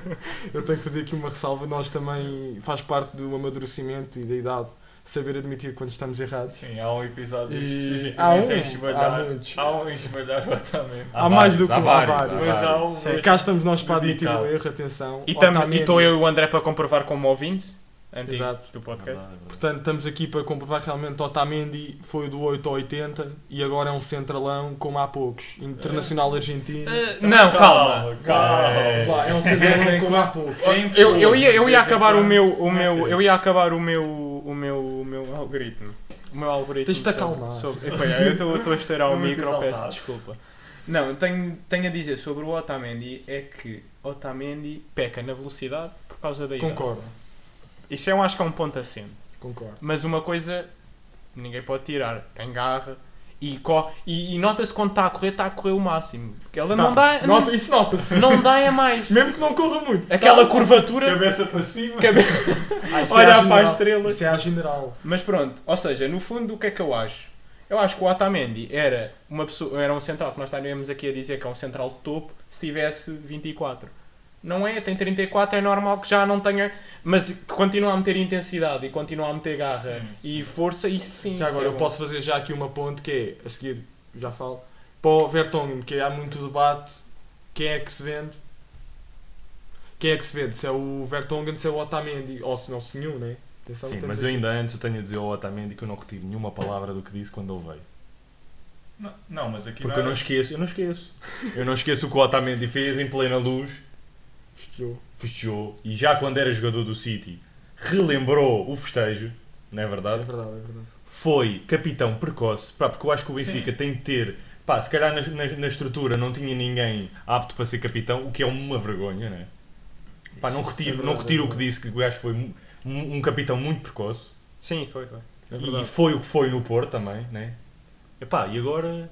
[SPEAKER 1] eu tenho que fazer aqui uma ressalva, nós também faz parte do amadurecimento e da idade saber admitir quando estamos errados.
[SPEAKER 4] Sim, há um episódio
[SPEAKER 1] E-
[SPEAKER 4] especificamente
[SPEAKER 1] há um,
[SPEAKER 4] em esmalhar.
[SPEAKER 1] há muitos.
[SPEAKER 4] Há um em esmalhar o Otamendi.
[SPEAKER 1] Há mais do que-
[SPEAKER 2] há
[SPEAKER 1] há
[SPEAKER 2] vários,
[SPEAKER 1] vários.
[SPEAKER 2] há
[SPEAKER 4] Mas há
[SPEAKER 2] vários.
[SPEAKER 4] um.
[SPEAKER 3] Sim.
[SPEAKER 1] E cá estamos nós para admitir o
[SPEAKER 4] Dedicado.
[SPEAKER 1] erro, atenção.
[SPEAKER 3] E tam- e
[SPEAKER 1] Otamendi.
[SPEAKER 3] estou eu e o André para comprovar como ouvintes antigos
[SPEAKER 1] Exato.
[SPEAKER 3] do podcast.
[SPEAKER 2] Verdade, verdade.
[SPEAKER 1] Portanto, estamos aqui para comprovar realmente Otamendi foi do 8 ao 80 e agora é um centralão como há poucos. Internacional argentino.
[SPEAKER 3] Ah, não, calma.
[SPEAKER 1] Vá,
[SPEAKER 2] É.
[SPEAKER 1] É, um centralão como há poucos.
[SPEAKER 3] Eu, eu, ia, eu ia acabar o meu, o
[SPEAKER 4] é
[SPEAKER 3] meu, eu ia acabar o meu, o meu, o meu algoritmo. O meu algoritmo.
[SPEAKER 1] Tens de te
[SPEAKER 3] sobre-
[SPEAKER 1] acalmar.
[SPEAKER 3] sobre- Epá, eu estou- eu estou a estourar o
[SPEAKER 4] Estou muito
[SPEAKER 3] micro, peço
[SPEAKER 4] exaltado.
[SPEAKER 3] desculpa. Não, tenho, tenho a dizer sobre o Otamendi é que Otamendi peca na velocidade por causa da idade.
[SPEAKER 1] Concordo,
[SPEAKER 3] Isso eu acho que é um ponto assente.
[SPEAKER 1] concordo.
[SPEAKER 3] Mas uma coisa ninguém pode tirar, tem garra e, co- e, e nota-se quando está a correr, está a correr o máximo. Porque ela não
[SPEAKER 1] Tá,
[SPEAKER 3] dá,
[SPEAKER 1] nota- isso nota-se.
[SPEAKER 3] não, não dá é mais. É
[SPEAKER 1] Mesmo que não corra muito.
[SPEAKER 3] Aquela curvatura
[SPEAKER 2] Cabeça para cima.
[SPEAKER 1] Isso
[SPEAKER 3] Olhar
[SPEAKER 1] é a
[SPEAKER 3] para a
[SPEAKER 1] general.
[SPEAKER 3] estrela.
[SPEAKER 1] Isso é a general.
[SPEAKER 3] Mas pronto, ou seja, no fundo o que é que eu acho? Eu acho que o Otamendi era, uma pessoa, era um central que nós estaríamos aqui a dizer que é um central de topo se tivesse 24. Não é, tem 34, é normal que já não tenha. Mas continua a meter intensidade e continua a meter garra
[SPEAKER 4] Sim,
[SPEAKER 3] e força e sim.
[SPEAKER 1] Já agora
[SPEAKER 3] isso é
[SPEAKER 1] eu
[SPEAKER 3] bom.
[SPEAKER 1] posso fazer já aqui uma ponte que é, a seguir já falo, para o Vertonghen, que há muito debate, quem é que se vende? Quem é que se vende? Se é o Vertonghen, se é o Otamendi, ou se não, se nenhum, né? Atenção,
[SPEAKER 2] Sim,
[SPEAKER 1] temos
[SPEAKER 2] mas
[SPEAKER 1] aqui.
[SPEAKER 2] eu ainda antes eu tenho a dizer ao Otamendi que eu não retiro nenhuma palavra do que disse quando ele veio.
[SPEAKER 4] Não, não, mas aqui
[SPEAKER 2] Porque eu não
[SPEAKER 4] não. é-
[SPEAKER 2] esqueço, eu não esqueço. Eu não esqueço o que o Otamendi fez em plena luz,
[SPEAKER 1] Fechou.
[SPEAKER 2] festejou e já quando era jogador do City relembrou o festejo, não é
[SPEAKER 1] É
[SPEAKER 2] verdade?
[SPEAKER 1] verdade, é verdade.
[SPEAKER 2] Foi capitão precoce, pá, porque eu acho que o Benfica tem de ter. Pá, se calhar na, na- na estrutura não tinha ninguém apto para ser capitão, o que é uma vergonha, né? Pá, não retiro,
[SPEAKER 1] verdade,
[SPEAKER 2] não retiro
[SPEAKER 1] é
[SPEAKER 2] o que disse que o gajo foi mu- um, um capitão muito precoce.
[SPEAKER 3] Sim, foi, foi.
[SPEAKER 1] É
[SPEAKER 2] E
[SPEAKER 1] verdade.
[SPEAKER 2] foi o que foi no Porto também, né? Epá, e agora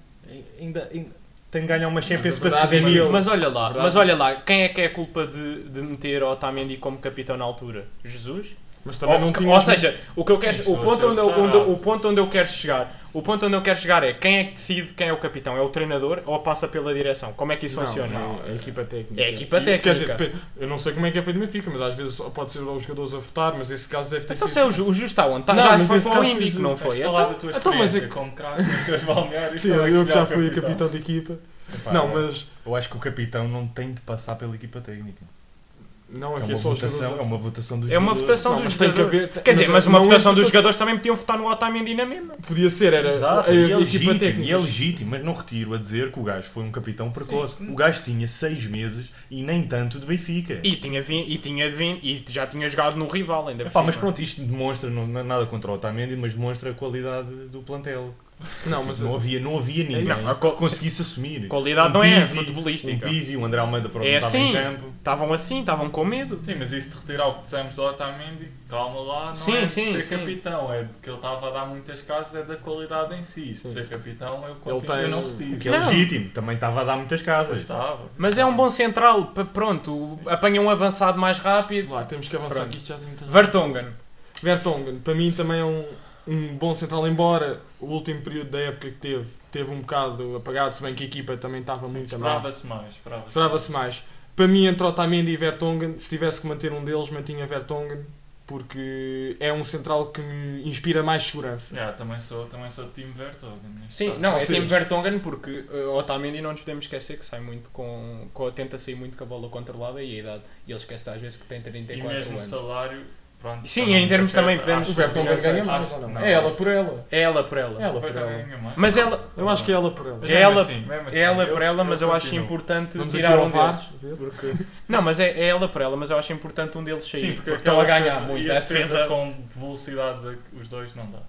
[SPEAKER 2] ainda, ainda tem que ganhar uma Champions
[SPEAKER 1] a
[SPEAKER 2] para se
[SPEAKER 1] verdade é
[SPEAKER 2] redimir.
[SPEAKER 1] que-
[SPEAKER 3] Mas olha lá,
[SPEAKER 1] Verdade.
[SPEAKER 3] mas olha lá, quem é que é a culpa de, de meter o Otamendi como capitão na altura? Jesus?
[SPEAKER 1] Mas também
[SPEAKER 3] ou,
[SPEAKER 1] não tinha.
[SPEAKER 3] ou seja, o, que eu quero,
[SPEAKER 4] Sim,
[SPEAKER 3] o, ponto
[SPEAKER 4] estou a
[SPEAKER 3] onde
[SPEAKER 4] ser
[SPEAKER 3] eu, onde eu-
[SPEAKER 4] tarado.
[SPEAKER 3] o ponto onde eu quero chegar, o ponto onde eu quero chegar é quem é que decide quem é o capitão? É o treinador ou passa pela direção? Como é que isso
[SPEAKER 1] Não,
[SPEAKER 3] funciona?
[SPEAKER 1] não, é a equipa técnica.
[SPEAKER 3] É a equipa
[SPEAKER 1] E-
[SPEAKER 3] técnica.
[SPEAKER 1] Quer dizer, depende- eu não sei como é que é feito no Benfica, mas às vezes só pode ser os jogadores a votar, mas esse caso deve ter
[SPEAKER 3] Então
[SPEAKER 1] sido.
[SPEAKER 3] se é o, ju- o justo está onde? Tá,
[SPEAKER 1] Não,
[SPEAKER 3] já
[SPEAKER 1] mas
[SPEAKER 3] foi
[SPEAKER 1] nesse
[SPEAKER 3] para o
[SPEAKER 1] caso
[SPEAKER 3] Índico,
[SPEAKER 1] foi
[SPEAKER 3] não
[SPEAKER 1] justo.
[SPEAKER 3] foi?
[SPEAKER 4] Foi,
[SPEAKER 3] Então-
[SPEAKER 4] falar da tua
[SPEAKER 1] então, mas
[SPEAKER 4] experiência
[SPEAKER 1] é que-
[SPEAKER 4] como craque nos teus balneários.
[SPEAKER 1] Sim,
[SPEAKER 4] como é
[SPEAKER 1] eu que
[SPEAKER 4] se
[SPEAKER 1] já
[SPEAKER 4] dá
[SPEAKER 1] fui capitão da equipa.
[SPEAKER 2] Epá,
[SPEAKER 1] Não,
[SPEAKER 2] eu-
[SPEAKER 1] mas.
[SPEAKER 2] Eu acho que o capitão não tem de passar pela equipa técnica.
[SPEAKER 1] Não,
[SPEAKER 2] É
[SPEAKER 1] aqui
[SPEAKER 2] uma,
[SPEAKER 1] é só os
[SPEAKER 2] votação,
[SPEAKER 1] jogadores.
[SPEAKER 2] é uma votação dos
[SPEAKER 3] É uma
[SPEAKER 2] jogadores.
[SPEAKER 3] votação
[SPEAKER 1] Não,
[SPEAKER 3] dos
[SPEAKER 1] mas tem que
[SPEAKER 3] jogadores.
[SPEAKER 1] haver-
[SPEAKER 3] Quer dizer,
[SPEAKER 1] mas-
[SPEAKER 3] mas uma
[SPEAKER 1] não
[SPEAKER 3] votação
[SPEAKER 1] entra
[SPEAKER 3] dos
[SPEAKER 1] todo-
[SPEAKER 3] jogadores também podiam votar no Otamendi na mesma.
[SPEAKER 1] um- Podia ser, era
[SPEAKER 2] Exato,
[SPEAKER 1] a,
[SPEAKER 2] e é
[SPEAKER 1] equipa
[SPEAKER 2] legítimo, e
[SPEAKER 1] técnica.
[SPEAKER 2] é legítimo, mas não retiro a dizer que o gajo foi um capitão precoce. O gajo tinha seis meses e nem tanto de Benfica.
[SPEAKER 3] E tinha vindo, e tinha vindo, e já tinha jogado no rival ainda. por
[SPEAKER 2] Epá,
[SPEAKER 3] cima.
[SPEAKER 2] mas pronto, isto demonstra, não, não é nada contra o Otamendi, mas demonstra a qualidade do plantel.
[SPEAKER 1] Não, mas
[SPEAKER 2] não, havia, não havia ninguém
[SPEAKER 3] eh, é Não, a co-
[SPEAKER 2] que conseguisse assumir.
[SPEAKER 3] Qualidade
[SPEAKER 2] Um
[SPEAKER 3] não é
[SPEAKER 2] Pizzi, Um
[SPEAKER 3] futebolística.
[SPEAKER 2] Pizzi, um André Almeida para
[SPEAKER 3] É
[SPEAKER 2] estava
[SPEAKER 3] assim.
[SPEAKER 2] em campo.
[SPEAKER 3] Estavam assim, estavam com medo.
[SPEAKER 4] Sim, mas isso de retirar o que dissemos do Otamendi, calma lá, não
[SPEAKER 3] Sim,
[SPEAKER 4] é de
[SPEAKER 3] sim,
[SPEAKER 4] ser
[SPEAKER 3] sim.
[SPEAKER 4] capitão, é de que ele estava a dar muitas casas, é da qualidade em si. Isso de
[SPEAKER 1] Sim.
[SPEAKER 4] ser capitão eu, continuo,
[SPEAKER 1] tem-
[SPEAKER 4] eu não
[SPEAKER 2] O
[SPEAKER 4] retiro.
[SPEAKER 2] que é
[SPEAKER 3] Não.
[SPEAKER 2] legítimo, também estava a dar muitas
[SPEAKER 4] Pois
[SPEAKER 2] casas.
[SPEAKER 4] estava.
[SPEAKER 3] Mas é um bom central, p- pronto, apanha um avançado mais rápido.
[SPEAKER 1] lá, temos que avançar
[SPEAKER 3] Pronto.
[SPEAKER 1] aqui já tem muita razão.
[SPEAKER 3] Vertonghen.
[SPEAKER 1] Vertonghen, para mim também é um, um bom central, embora o último período da época que teve, teve um bocado apagado, se bem que a equipa também estava muito a mal.
[SPEAKER 4] Esperava-se mais, esperava-se
[SPEAKER 1] Esperava-se mais. Para mim, entre Otamendi e Vertonghen, se tivesse que manter um deles, mantinha Vertonghen, porque é um central que me inspira mais segurança.
[SPEAKER 4] Yeah, também sou, também sou de time Vertonghen. neste
[SPEAKER 3] Tipo, Sim,
[SPEAKER 4] caso.
[SPEAKER 3] não, é
[SPEAKER 1] Sim.
[SPEAKER 3] time Vertonghen porque uh, Otamendi não nos podemos esquecer que sai muito com, com- tenta sair muito com a bola controlada e a idade. E ele esquece às vezes que tem
[SPEAKER 4] E
[SPEAKER 3] 34
[SPEAKER 4] mesmo o
[SPEAKER 3] anos.
[SPEAKER 4] salário, pronto.
[SPEAKER 3] Sim,
[SPEAKER 4] também
[SPEAKER 3] em termos também
[SPEAKER 4] afeta.
[SPEAKER 3] podemos-
[SPEAKER 4] Acho
[SPEAKER 1] O
[SPEAKER 4] que
[SPEAKER 1] Vertonghen
[SPEAKER 4] Vertonghen
[SPEAKER 1] ganha mais
[SPEAKER 4] acho
[SPEAKER 1] ou
[SPEAKER 4] que
[SPEAKER 1] não?
[SPEAKER 4] não,
[SPEAKER 1] É ela
[SPEAKER 4] acho
[SPEAKER 1] por ela.
[SPEAKER 3] É ela por ela.
[SPEAKER 1] É ela
[SPEAKER 4] que
[SPEAKER 1] por
[SPEAKER 4] Vertonghen
[SPEAKER 1] ela.
[SPEAKER 4] ganha mais.
[SPEAKER 3] Mas ela,
[SPEAKER 1] Eu acho que é ela por ela.
[SPEAKER 4] Mas
[SPEAKER 3] é
[SPEAKER 4] mesmo
[SPEAKER 3] ela,
[SPEAKER 4] assim, mesmo assim,
[SPEAKER 3] é ela
[SPEAKER 4] eu-
[SPEAKER 3] por ela,
[SPEAKER 4] eu
[SPEAKER 3] mas eu, acho
[SPEAKER 4] continuo.
[SPEAKER 3] importante
[SPEAKER 1] Vamos aqui
[SPEAKER 3] tirar
[SPEAKER 1] ao
[SPEAKER 3] um deles.
[SPEAKER 1] VAR. ver.
[SPEAKER 3] Porque... Não, mas é, é ela por ela, mas eu acho importante um deles sair.
[SPEAKER 4] Sim, porque,
[SPEAKER 3] estão a
[SPEAKER 4] aquela
[SPEAKER 3] ganhar
[SPEAKER 4] defesa-
[SPEAKER 3] muito.
[SPEAKER 4] e
[SPEAKER 3] A defesa
[SPEAKER 4] com velocidade, de- os dois não dá.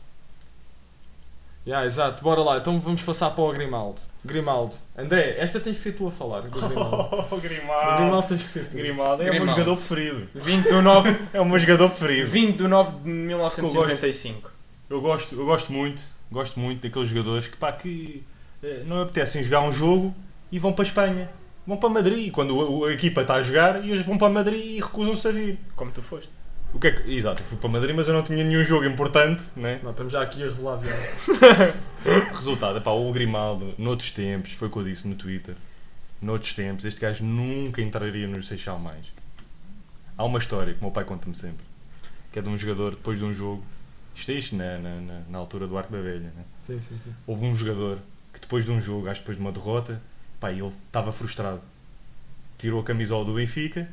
[SPEAKER 1] Yeah, exato, bora lá. Então vamos passar para o Grimaldo. Grimaldo. André, esta tens que ser tu a falar. do Grimaldo.
[SPEAKER 2] Oh,
[SPEAKER 1] O
[SPEAKER 2] Grimaldo.
[SPEAKER 1] Grimaldo tens que ser tu.
[SPEAKER 2] Grimaldo é o meu
[SPEAKER 3] Grimaldo.
[SPEAKER 2] jogador preferido.
[SPEAKER 3] 20 do 9,
[SPEAKER 2] É o meu jogador preferido.
[SPEAKER 3] 20 de 9 de 1995.
[SPEAKER 2] Eu gosto, eu gosto muito, gosto muito daqueles jogadores que, pá, que eh, não apetecem jogar um jogo e vão para a Espanha. Vão para Madrid, quando o- o- a equipa está a jogar, e eles vão para Madrid e recusam-se a vir.
[SPEAKER 3] Como tu foste.
[SPEAKER 2] O que é que- Exato, eu fui para Madrid, mas eu não tinha nenhum jogo importante, né?
[SPEAKER 1] Não, estamos já aqui a revelar viado.
[SPEAKER 2] Resultado, epá, o Grimaldo, noutros tempos, foi o que eu disse no Twitter, noutros tempos, este gajo nunca entraria no Seixal mais. Há uma história que o meu pai conta-me sempre, que é de um jogador, depois de um jogo, isto é isto, na, na, na- na altura do Arco da Velha, né?
[SPEAKER 1] Sim, sim, sim.
[SPEAKER 2] houve um jogador que depois de um jogo, acho que depois de uma derrota, pá, ele estava frustrado. Tirou a camisola do Benfica,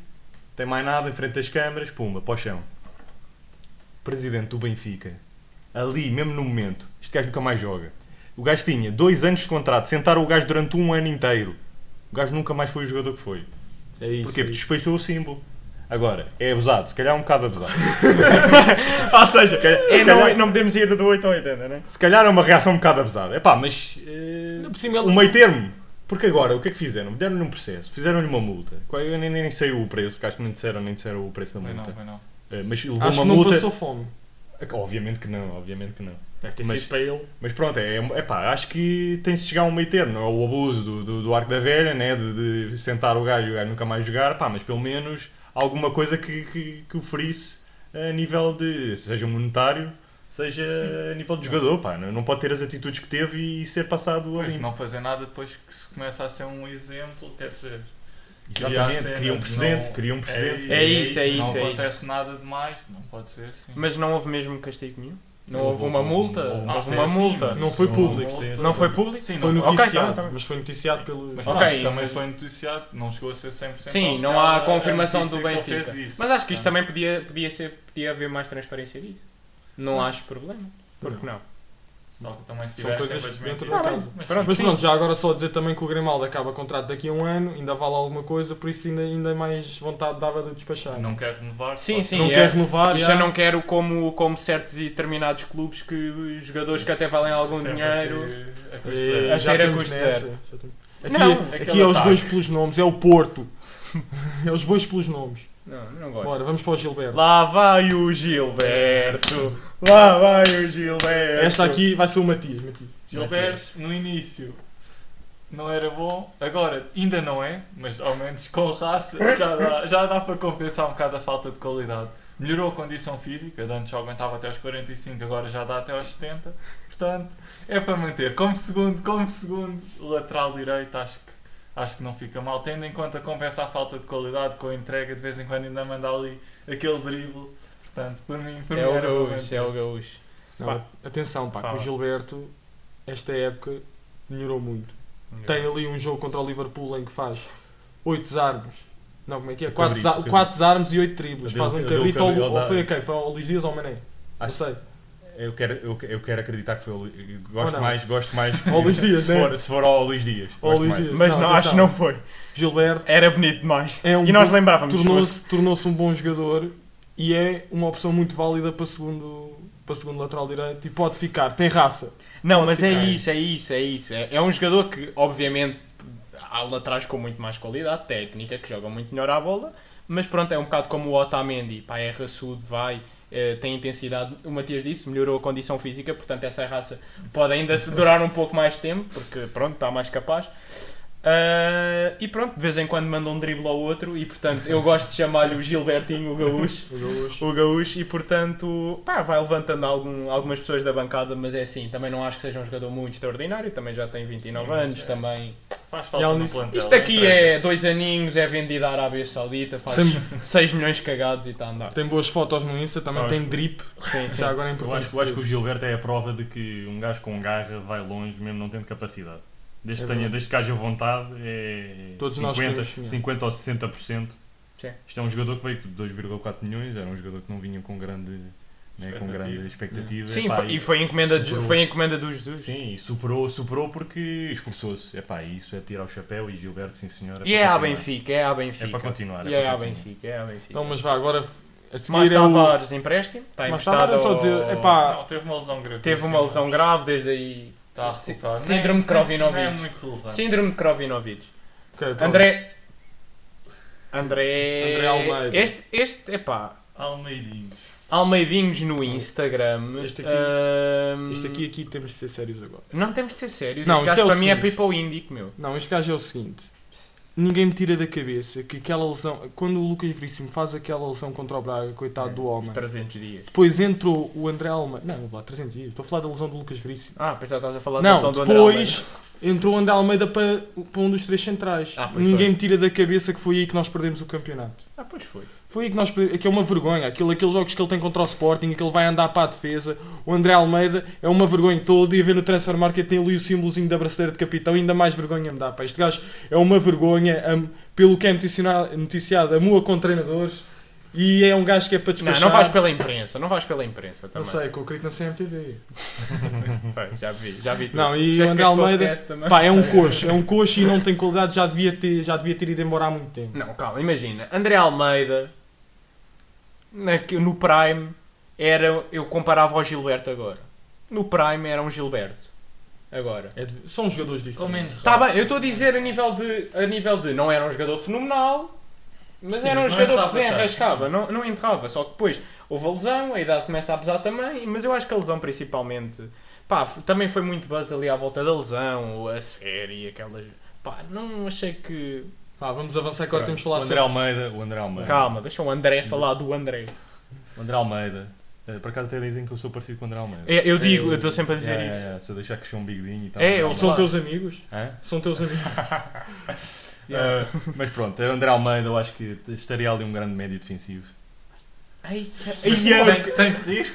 [SPEAKER 2] tem mais nada, em frente às câmaras, pumba, para o chão. Presidente do Benfica, ali, mesmo no momento, este gajo nunca mais joga. O gajo tinha dois anos de contrato, sentaram o gajo durante um ano inteiro. O gajo nunca mais foi o jogador que foi.
[SPEAKER 1] É isso.
[SPEAKER 2] Porquê?
[SPEAKER 1] é isso.
[SPEAKER 2] Porque despeitou o símbolo. Agora, é abusado, se calhar é um bocado abusado.
[SPEAKER 3] Ou seja, é,
[SPEAKER 2] se
[SPEAKER 3] não,
[SPEAKER 2] calhar-
[SPEAKER 3] não podemos ir do 8 ao 80, né?
[SPEAKER 2] Se calhar é uma reação um bocado abusada. É pá, mas. eh,
[SPEAKER 1] Ainda por cima ele-
[SPEAKER 2] o meio termo. Porque agora, o que é que fizeram? Deram-lhe um processo, fizeram-lhe uma multa. Qual- é? Eu nem, nem sei o preço, porque acho que não disseram, nem disseram o preço da
[SPEAKER 4] Foi não,
[SPEAKER 2] multa.
[SPEAKER 4] foi não.
[SPEAKER 2] Eh, Mas levou
[SPEAKER 1] Acho
[SPEAKER 2] uma
[SPEAKER 1] que não
[SPEAKER 2] multa.
[SPEAKER 1] passou fome.
[SPEAKER 2] Obviamente que não, obviamente que não.
[SPEAKER 1] Deve
[SPEAKER 2] ter Mas- sido
[SPEAKER 1] para ele.
[SPEAKER 2] Mas pronto, é, é pá, acho que tem de chegar a um meio termo. Não é o abuso do, do, do arco da velha, né? De, de sentar o gajo e o gajo nunca mais jogar, pá, mas pelo menos alguma coisa que, que, que oferisse a nível de, seja monetário, seja a nível de jogador, pá. Não, não pode ter as atitudes que teve e, ser passado a
[SPEAKER 4] Pois,
[SPEAKER 2] limpo.
[SPEAKER 4] não fazer nada depois que se começa a ser um exemplo, quer dizer.
[SPEAKER 2] Exatamente,
[SPEAKER 4] cria a
[SPEAKER 2] cria um
[SPEAKER 4] cena,
[SPEAKER 2] precedente,
[SPEAKER 4] não-
[SPEAKER 2] cria um precedente.
[SPEAKER 3] É isso, é
[SPEAKER 4] Não
[SPEAKER 3] isso, é
[SPEAKER 4] acontece nada demais, não pode ser assim.
[SPEAKER 3] Mas não houve mesmo castigo nenhum? Não
[SPEAKER 2] Houve,
[SPEAKER 3] houve uma
[SPEAKER 2] houve,
[SPEAKER 3] multa?
[SPEAKER 2] houve.
[SPEAKER 4] Ah,
[SPEAKER 3] Houve
[SPEAKER 4] sim,
[SPEAKER 3] uma
[SPEAKER 4] sim,
[SPEAKER 3] multa?
[SPEAKER 4] mas
[SPEAKER 1] Não foi
[SPEAKER 4] houve
[SPEAKER 1] público.
[SPEAKER 4] uma multa.
[SPEAKER 3] Não foi público?
[SPEAKER 4] Sim,
[SPEAKER 1] Foi
[SPEAKER 4] não foi.
[SPEAKER 3] Ok,
[SPEAKER 1] noticiado,
[SPEAKER 3] tá bem.
[SPEAKER 1] mas foi noticiado pelos.
[SPEAKER 4] Mas
[SPEAKER 3] Ok,
[SPEAKER 4] pronto, também
[SPEAKER 3] mas-
[SPEAKER 4] foi noticiado, não chegou a ser 100%
[SPEAKER 3] Sim, não
[SPEAKER 4] oficial
[SPEAKER 3] há
[SPEAKER 4] a- a
[SPEAKER 3] confirmação do
[SPEAKER 4] notícia que ele
[SPEAKER 3] Benfica.
[SPEAKER 4] fez isso. Ah.
[SPEAKER 3] Mas acho que isto
[SPEAKER 4] Não.
[SPEAKER 3] também podia, podia, ser, podia haver mais transparência disso. Não acho problema. Hum. Porque não?
[SPEAKER 4] Só que também se
[SPEAKER 1] São
[SPEAKER 4] tivesse
[SPEAKER 1] coisas
[SPEAKER 4] sempre a
[SPEAKER 1] dentro
[SPEAKER 4] desmentir.
[SPEAKER 1] da
[SPEAKER 4] Tá
[SPEAKER 1] casa.
[SPEAKER 4] bem, mas
[SPEAKER 3] Pronto.
[SPEAKER 4] sim.
[SPEAKER 1] Mas
[SPEAKER 3] Sim.
[SPEAKER 1] pronto, já agora só dizer também que o Grimaldo acaba contrato daqui a um ano, ainda vale alguma coisa, por isso ainda, ainda mais vontade dava de despachar.
[SPEAKER 4] Não quer renovar.
[SPEAKER 3] Sim,
[SPEAKER 4] pode-
[SPEAKER 3] sim.
[SPEAKER 1] não
[SPEAKER 3] é.
[SPEAKER 1] quer renovar,
[SPEAKER 3] E
[SPEAKER 1] Ah, já.
[SPEAKER 3] já não quero como, como certos e determinados clubes que jogadores que até valem algum
[SPEAKER 4] sempre a ser-
[SPEAKER 3] dinheiro.
[SPEAKER 4] a
[SPEAKER 1] É,
[SPEAKER 4] custo zero.
[SPEAKER 3] A
[SPEAKER 1] já
[SPEAKER 3] ser a
[SPEAKER 1] estamos
[SPEAKER 3] custo
[SPEAKER 1] nessa,
[SPEAKER 3] zero.
[SPEAKER 1] já estamos-
[SPEAKER 3] Não,
[SPEAKER 1] Aqui, aqui
[SPEAKER 4] aquele
[SPEAKER 1] é os
[SPEAKER 4] ataque.
[SPEAKER 1] bois pelos nomes, é o Porto. é os bois pelos nomes.
[SPEAKER 3] Não, não gosto.
[SPEAKER 1] Bora, vamos para o Gilberto.
[SPEAKER 3] Lá vai o Gilberto. Lá vai o Gilberto.
[SPEAKER 1] Esta aqui vai ser o Matias. Matias.
[SPEAKER 4] Gilberto, no início, não era bom, agora ainda não é, mas ao menos com raça já dá, já dá para compensar um bocado a falta de qualidade. Melhorou a condição física, de antes só aguentava até aos 45, agora já dá até aos 70. Portanto, é para manter. Como segundo, como segundo, lateral direito, acho que, acho que não fica mal. Tendo em conta compensa a falta de qualidade com a entrega, de vez em quando ainda manda ali aquele drible. Portanto, por mim, por
[SPEAKER 3] É
[SPEAKER 4] mim
[SPEAKER 3] o
[SPEAKER 4] era para
[SPEAKER 3] gaúcho,
[SPEAKER 4] manter.
[SPEAKER 3] é o gaúcho.
[SPEAKER 1] Não,
[SPEAKER 3] Pá.
[SPEAKER 1] atenção, pá, que
[SPEAKER 4] Fala.
[SPEAKER 1] o Gilberto, esta época, melhorou muito. Tem ali um jogo contra o Liverpool em que faz 8 desarmes. Não, como é que é?
[SPEAKER 2] Um
[SPEAKER 1] 4
[SPEAKER 2] cabrito, um cabrito.
[SPEAKER 1] desarmes e 8 dribles.
[SPEAKER 2] Eu dei
[SPEAKER 1] Faz
[SPEAKER 2] um-
[SPEAKER 1] um
[SPEAKER 2] eu dei um
[SPEAKER 1] cabrito ao
[SPEAKER 2] cabrito
[SPEAKER 1] Lu-
[SPEAKER 2] ao
[SPEAKER 1] ou foi a
[SPEAKER 2] Dado.
[SPEAKER 1] quem? Foi ao Luís Dias ou ao Mané? Não
[SPEAKER 2] Acho-
[SPEAKER 1] sei.
[SPEAKER 2] Eu quero, eu, eu quero acreditar que foi o Lu-
[SPEAKER 1] Ou
[SPEAKER 2] Gosto
[SPEAKER 1] não?
[SPEAKER 2] mais, gosto mais. que-
[SPEAKER 1] Ao Luís Dias,
[SPEAKER 2] se,
[SPEAKER 1] né?
[SPEAKER 2] for, se for ao Luís Dias.
[SPEAKER 1] Ao
[SPEAKER 2] gosto
[SPEAKER 1] Luís
[SPEAKER 2] mais.
[SPEAKER 1] Dias.
[SPEAKER 3] Mas
[SPEAKER 1] Não,
[SPEAKER 3] não, acho que
[SPEAKER 1] atenção.
[SPEAKER 3] não foi.
[SPEAKER 1] Gilberto
[SPEAKER 3] Era bonito demais.
[SPEAKER 1] é um
[SPEAKER 3] E nós
[SPEAKER 1] bom-
[SPEAKER 3] lembrávamos.
[SPEAKER 1] tornou-se tornou-se um bom jogador e é uma opção muito válida para segundo para segundo lateral direito e pode ficar, tem raça.
[SPEAKER 3] Não,
[SPEAKER 1] Pode
[SPEAKER 3] mas é
[SPEAKER 1] ficar.
[SPEAKER 3] isso, é isso, é isso. É, é um jogador que, obviamente, há laterais com muito mais qualidade técnica, que joga muito melhor à bola, mas pronto, é um bocado como o Otamendi, pá, é raçudo, vai, eh, tem intensidade. O Matias disse, melhorou a condição física, portanto, essa raça pode ainda se durar um pouco mais tempo, porque pronto, está mais capaz. Ah, e pronto, de vez em quando manda um drible ao outro, e portanto, eu gosto de chamar-lhe o Gilbertinho, o Gaúcho
[SPEAKER 1] O Gaúcho.
[SPEAKER 3] o Gaúcho e portanto pá, vai levantando algum- algumas pessoas da bancada, mas é assim, também não acho que seja um jogador muito extraordinário, também já tem 29
[SPEAKER 2] é.
[SPEAKER 3] anos, também.
[SPEAKER 4] Faz
[SPEAKER 1] E
[SPEAKER 4] falta
[SPEAKER 1] ao
[SPEAKER 4] no
[SPEAKER 1] nisso-
[SPEAKER 4] plantel.
[SPEAKER 3] Isto aqui
[SPEAKER 4] Entra.
[SPEAKER 3] é dois aninhos, é vendido à Arábia Saudita, faz
[SPEAKER 1] Tem-
[SPEAKER 3] 6 milhões cagados e está a andar.
[SPEAKER 1] Tem boas fotos no Insta, também
[SPEAKER 2] Acho.
[SPEAKER 1] tem drip.
[SPEAKER 3] Sim, sim.
[SPEAKER 1] Já agora é
[SPEAKER 2] Eu
[SPEAKER 1] importante.
[SPEAKER 2] acho, eu acho que o Gilberto é a prova de que um gajo com garra vai longe, mesmo não tendo capacidade. Desde
[SPEAKER 1] É
[SPEAKER 2] que, tenha,
[SPEAKER 1] verdade.
[SPEAKER 2] desde que haja vontade, é
[SPEAKER 1] Todos nós
[SPEAKER 2] 50,
[SPEAKER 1] podemos sonhar.
[SPEAKER 2] 50 ou 60%.
[SPEAKER 3] Sim.
[SPEAKER 2] Isto é um jogador que veio de 2,4 milhões, era um jogador que não vinha com grande, né, com
[SPEAKER 4] Expectativa.
[SPEAKER 2] grande expectativa.
[SPEAKER 3] Sim,
[SPEAKER 2] Epá, é
[SPEAKER 3] foi- e foi encomenda, de, foi encomenda do Jesus.
[SPEAKER 2] Sim, e superou, superou porque esforçou-se. Epá, isso é tirar o chapéu e Gilberto, sim senhora.
[SPEAKER 3] E é à Benfica, é à Benfica.
[SPEAKER 2] É para continuar.
[SPEAKER 3] E é
[SPEAKER 2] para
[SPEAKER 3] à
[SPEAKER 2] continuar.
[SPEAKER 3] Benfica, é à Benfica.
[SPEAKER 1] Então, mas vá, agora a seguir
[SPEAKER 3] mais
[SPEAKER 1] é o...
[SPEAKER 3] Tavares empréstimo,
[SPEAKER 1] Mas
[SPEAKER 3] está emprestado.
[SPEAKER 1] Tavares é só
[SPEAKER 3] ao-
[SPEAKER 1] dizer, epá,
[SPEAKER 4] Não, teve uma lesão grave.
[SPEAKER 3] Teve uma lesão grave desde aí.
[SPEAKER 4] Está a recuperar.
[SPEAKER 3] Síndrome
[SPEAKER 4] Tá, Nem-
[SPEAKER 3] de Krovinovich.
[SPEAKER 4] nem É muito relevante.
[SPEAKER 3] Síndrome de Krovinovich.
[SPEAKER 1] Ok, pronto.
[SPEAKER 3] André. André.
[SPEAKER 1] André Almeida.
[SPEAKER 3] Este, este epá,
[SPEAKER 4] um Almeidinhos.
[SPEAKER 3] Almeidinhos no Instagram.
[SPEAKER 1] Este aqui.
[SPEAKER 2] hum.
[SPEAKER 3] ahm,
[SPEAKER 1] Isto aqui, aqui temos de ser sérios agora.
[SPEAKER 3] Não temos de ser sérios.
[SPEAKER 1] Não,
[SPEAKER 3] Não, este
[SPEAKER 1] isto
[SPEAKER 3] gajo
[SPEAKER 1] é o
[SPEAKER 3] para mim é
[SPEAKER 1] seguinte.
[SPEAKER 3] people índico, meu.
[SPEAKER 1] Não, este gajo é o seguinte. Ninguém me tira da cabeça que aquela lesão... Quando o Lucas Veríssimo faz aquela lesão contra o Braga, coitado
[SPEAKER 2] É.
[SPEAKER 1] do homem.
[SPEAKER 3] 300 dias.
[SPEAKER 1] Depois entrou o André Almeida... Não, vá, 300 dias. Estou a falar da lesão do Lucas Veríssimo.
[SPEAKER 3] Ah, pensava que estás a falar da
[SPEAKER 1] Não,
[SPEAKER 3] lesão do André Almeida.
[SPEAKER 1] depois entrou o André Almeida para, para um dos três centrais.
[SPEAKER 3] Ah, pois
[SPEAKER 1] Ninguém
[SPEAKER 3] foi.
[SPEAKER 1] me tira da cabeça que foi aí que nós perdemos o campeonato.
[SPEAKER 3] Ah, pois foi.
[SPEAKER 1] Foi aí que nós perdemos. Aquilo é uma vergonha. Aquilo, aqueles jogos que ele tem contra o Sporting, que ele vai andar para a defesa. O André Almeida é uma vergonha. Todo dia ver no Transfer Market tem ali o símbolozinho da braceira de capitão. Ainda mais vergonha me dá. Pá. Este gajo é uma vergonha. am- pelo que é noticiona- noticiado, amua com treinadores. E é um gajo que é para
[SPEAKER 3] Não,
[SPEAKER 1] despachar.
[SPEAKER 3] não vais pela imprensa, não vais pela imprensa
[SPEAKER 1] Não
[SPEAKER 3] também.
[SPEAKER 1] sei, com o na CMTV.
[SPEAKER 3] Foi, já vi, já vi tudo.
[SPEAKER 1] Não, e
[SPEAKER 3] Por isso é
[SPEAKER 1] o André
[SPEAKER 3] que este
[SPEAKER 1] Almeida-
[SPEAKER 3] podcast também-
[SPEAKER 1] Pá, é um coxo. É um coxo e não tem qualidade. Já devia ter, já devia ter ido embora há muito tempo.
[SPEAKER 3] Não, calma, imagina. André Almeida, na- no Prime, era, eu comparava ao Gilberto agora. No Prime era um Gilberto. Agora.
[SPEAKER 1] É de- São jogadores
[SPEAKER 4] Com
[SPEAKER 1] diferentes.
[SPEAKER 4] menos
[SPEAKER 3] Tá
[SPEAKER 4] raça.
[SPEAKER 3] bem, eu estou a dizer a nível de. A nível de não era um jogador fenomenal, mas
[SPEAKER 4] Sim,
[SPEAKER 3] era um
[SPEAKER 4] mas não é
[SPEAKER 3] jogador que
[SPEAKER 4] entrava tanto,
[SPEAKER 3] desenrascava, não, não entrava. Só que depois houve a lesão, a idade começa a pesar também, mas eu acho que a lesão principalmente. Pá, f- também foi muito buzz ali à volta da lesão, a série, aquelas. Pá, não achei que.
[SPEAKER 1] Pá, vamos avançar agora. Temos de
[SPEAKER 2] O
[SPEAKER 1] falar
[SPEAKER 2] André
[SPEAKER 1] sobre.
[SPEAKER 2] Almeida, o André Almeida.
[SPEAKER 3] Calma, deixa o André falar do André.
[SPEAKER 2] O André Almeida. Eh, Por acaso até dizem que eu sou parecido com o André Almeida.
[SPEAKER 3] É, Eu digo, eu estou sempre a dizer
[SPEAKER 2] É, é,
[SPEAKER 3] isso.
[SPEAKER 2] é, se eu deixar crescer um bigodinho e tal.
[SPEAKER 3] É, eu
[SPEAKER 2] André
[SPEAKER 1] São
[SPEAKER 3] Claro.
[SPEAKER 1] teus amigos?
[SPEAKER 2] Almeida. Hã?
[SPEAKER 1] São teus amigos.
[SPEAKER 3] Yeah.
[SPEAKER 2] Eh, mas pronto, é o André Almeida, eu acho que estaria ali um grande médio defensivo.
[SPEAKER 3] Ai, é
[SPEAKER 4] Sem, sem te rir.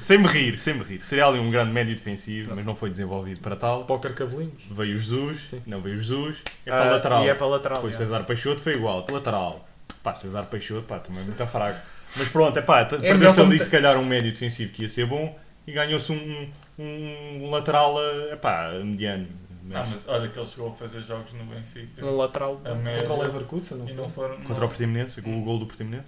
[SPEAKER 2] Sem me rir, sem me rir. Seria ali um grande médio defensivo, mas não foi desenvolvido para tal.
[SPEAKER 1] Póquer Cabelinhos.
[SPEAKER 2] Veio o Jesus,
[SPEAKER 1] Sim.
[SPEAKER 2] não veio o Jesus, é para lateral.
[SPEAKER 3] E é para lateral.
[SPEAKER 2] Depois
[SPEAKER 3] yeah.
[SPEAKER 2] César Peixoto foi igual, lateral. Pá, César Peixoto, pá, também é muito fraco. Mas pronto, é pá, t-
[SPEAKER 3] melhor
[SPEAKER 2] perdeu-se
[SPEAKER 3] como
[SPEAKER 2] ali
[SPEAKER 3] te-
[SPEAKER 2] se calhar um médio defensivo que ia ser bom e ganhou-se um, um, um lateral, eh, epá, mediano.
[SPEAKER 4] Ah,
[SPEAKER 2] Mas
[SPEAKER 4] mas olha que ele chegou a fazer jogos no Benfica.
[SPEAKER 3] Um lateral.
[SPEAKER 4] A
[SPEAKER 1] É
[SPEAKER 4] médio.
[SPEAKER 1] para o Leverkusen, não
[SPEAKER 4] E
[SPEAKER 1] foi?
[SPEAKER 4] não foram.
[SPEAKER 2] Contra o Portimonense, com o gol do Portimonense?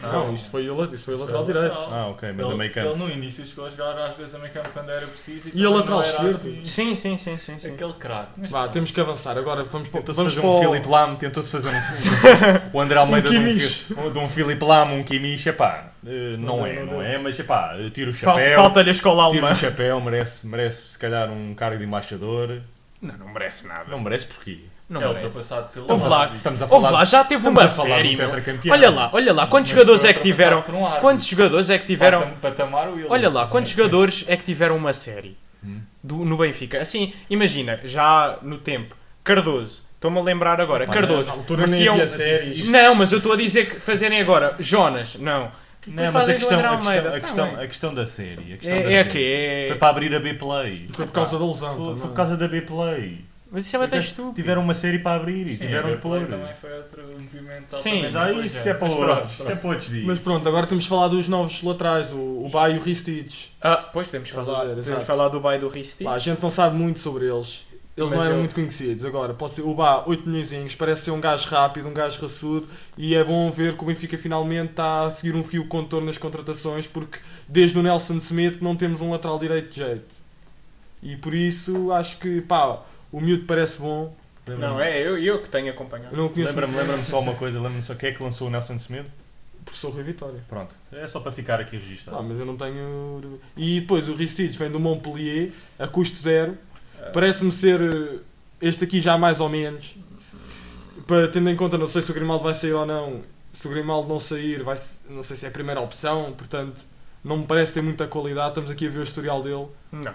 [SPEAKER 1] Não,
[SPEAKER 4] Não.
[SPEAKER 1] isso foi o la- isso foi o
[SPEAKER 4] Isso
[SPEAKER 1] lateral
[SPEAKER 4] foi o
[SPEAKER 1] direito.
[SPEAKER 4] lateral.
[SPEAKER 2] Ah, ok, mas
[SPEAKER 4] ele,
[SPEAKER 2] a meio campo.
[SPEAKER 4] Ele no início chegou a jogar às vezes a meio campo quando era preciso.
[SPEAKER 1] E a
[SPEAKER 4] também
[SPEAKER 1] lateral
[SPEAKER 4] não era
[SPEAKER 1] esquerdo?
[SPEAKER 4] assim
[SPEAKER 3] Sim, sim, sim, sim. sim.
[SPEAKER 4] Aquele craque. Mas
[SPEAKER 1] Vá,
[SPEAKER 4] pronto.
[SPEAKER 1] temos que avançar. Agora vamos para
[SPEAKER 2] Tentou-se
[SPEAKER 1] vamos
[SPEAKER 2] fazer
[SPEAKER 1] para
[SPEAKER 2] um
[SPEAKER 1] o-
[SPEAKER 2] Filipe Lam, tentou-se fazer um. o André Almeida
[SPEAKER 1] Um
[SPEAKER 2] de um
[SPEAKER 1] Kimmich.
[SPEAKER 2] Fi- de um Filipe Lam, um Kimmich, epá, eh, não,
[SPEAKER 1] Não
[SPEAKER 2] é,
[SPEAKER 1] deu,
[SPEAKER 2] não,
[SPEAKER 1] não
[SPEAKER 2] é, mas epá, eh, tira o
[SPEAKER 3] Fal-
[SPEAKER 2] chapéu.
[SPEAKER 3] Falta-lhe a escola
[SPEAKER 2] Tira
[SPEAKER 3] alemã.
[SPEAKER 2] o chapéu, merece, merece se calhar um cargo de embaixador.
[SPEAKER 3] Não, não merece nada.
[SPEAKER 2] Não merece porquê?
[SPEAKER 3] Não
[SPEAKER 4] é
[SPEAKER 3] merece.
[SPEAKER 4] ultrapassado pelo.
[SPEAKER 3] Ouve lá,
[SPEAKER 2] Estamos a falar.
[SPEAKER 3] ouve lá, já teve
[SPEAKER 2] Estamos
[SPEAKER 3] uma
[SPEAKER 2] a falar
[SPEAKER 3] série,
[SPEAKER 2] do
[SPEAKER 3] meu.
[SPEAKER 2] tetracampeão.
[SPEAKER 3] Olha lá, olha lá, quantos
[SPEAKER 4] Mas
[SPEAKER 3] jogadores
[SPEAKER 4] foi
[SPEAKER 3] é que tiveram...
[SPEAKER 4] ultrapassado por um árbitro.
[SPEAKER 3] Quantos jogadores é que tiveram...
[SPEAKER 4] Patam- Patamar, o Willian.
[SPEAKER 3] Olha lá, quantos
[SPEAKER 4] Sim.
[SPEAKER 3] jogadores é que tiveram uma série
[SPEAKER 2] Hum.
[SPEAKER 3] do, no Benfica? Assim, imagina, já no tempo, Cardoso, estou-me a lembrar agora, Cardoso,
[SPEAKER 1] Na altura nem
[SPEAKER 3] Marcião-
[SPEAKER 1] havia séries.
[SPEAKER 3] um- Não, mas eu estou a dizer que fazerem agora, Jonas, não.
[SPEAKER 2] Não,
[SPEAKER 3] Depois
[SPEAKER 2] mas a
[SPEAKER 3] fazem do
[SPEAKER 2] questão,
[SPEAKER 3] André
[SPEAKER 2] a, questão,
[SPEAKER 3] Almeida,
[SPEAKER 2] a,
[SPEAKER 3] tá
[SPEAKER 2] questão,
[SPEAKER 3] bem.
[SPEAKER 2] a questão da série. A questão da
[SPEAKER 3] É, é
[SPEAKER 2] série.
[SPEAKER 3] a quê?
[SPEAKER 2] Foi
[SPEAKER 3] É-
[SPEAKER 2] para abrir a B-Play.
[SPEAKER 1] Foi por causa da tá lesão.
[SPEAKER 2] Foi, foi
[SPEAKER 1] também.
[SPEAKER 2] por causa da B-Play.
[SPEAKER 3] Mas isso é bastante estúpido.
[SPEAKER 2] Tiveram uma série para abrir e
[SPEAKER 4] Sim,
[SPEAKER 2] tiveram
[SPEAKER 4] o
[SPEAKER 2] de pôr.
[SPEAKER 4] Play também foi outro movimento.
[SPEAKER 3] Sim.
[SPEAKER 4] altamente
[SPEAKER 2] Mas há isso,
[SPEAKER 4] inteligente.
[SPEAKER 2] isso é para
[SPEAKER 4] Mas
[SPEAKER 2] outros.
[SPEAKER 4] pronto,
[SPEAKER 2] Isso é para outros dias.
[SPEAKER 1] Mas pronto, agora temos de falar dos novos laterais. O, o Baio e o Ristich.
[SPEAKER 3] Ah, pois podemos falar,
[SPEAKER 1] Estás a ver,
[SPEAKER 3] podemos
[SPEAKER 1] exato.
[SPEAKER 3] falar do Bay do Risti.
[SPEAKER 1] Pá, a gente não sabe muito sobre eles. Eles
[SPEAKER 3] Mas
[SPEAKER 1] não eram
[SPEAKER 3] eu-
[SPEAKER 1] muito conhecidos. Agora, pode ser, o Bá, 8 milhões, parece ser um gajo rápido, um gajo raçudo, e é bom ver que o Benfica finalmente está a seguir um fio contorno nas contratações, porque desde o Nelson Smith que não temos um lateral direito de jeito. E por isso acho que, pá, o miúdo parece bom.
[SPEAKER 3] Não, é eu, eu que tenho acompanhado.
[SPEAKER 1] Eu não conheço
[SPEAKER 2] Lembra-me lembra só uma coisa, lembra-me só quem é que lançou o Nelson Smith?
[SPEAKER 1] o professor Rui Vitória.
[SPEAKER 2] Pronto, é só para ficar aqui
[SPEAKER 1] Ah,
[SPEAKER 4] Tá.
[SPEAKER 2] registado.
[SPEAKER 1] mas eu não tenho. E depois o Ristides vem do Montpellier a custo zero. Parece-me ser eh, este aqui já mais ou menos. Para, tendo em conta, não sei se o Grimaldo vai sair ou não. Se o Grimaldo não sair, vai, se- não sei se é a primeira opção. Portanto, não me parece ter muita qualidade. Estamos aqui a ver o historial dele.
[SPEAKER 3] Não.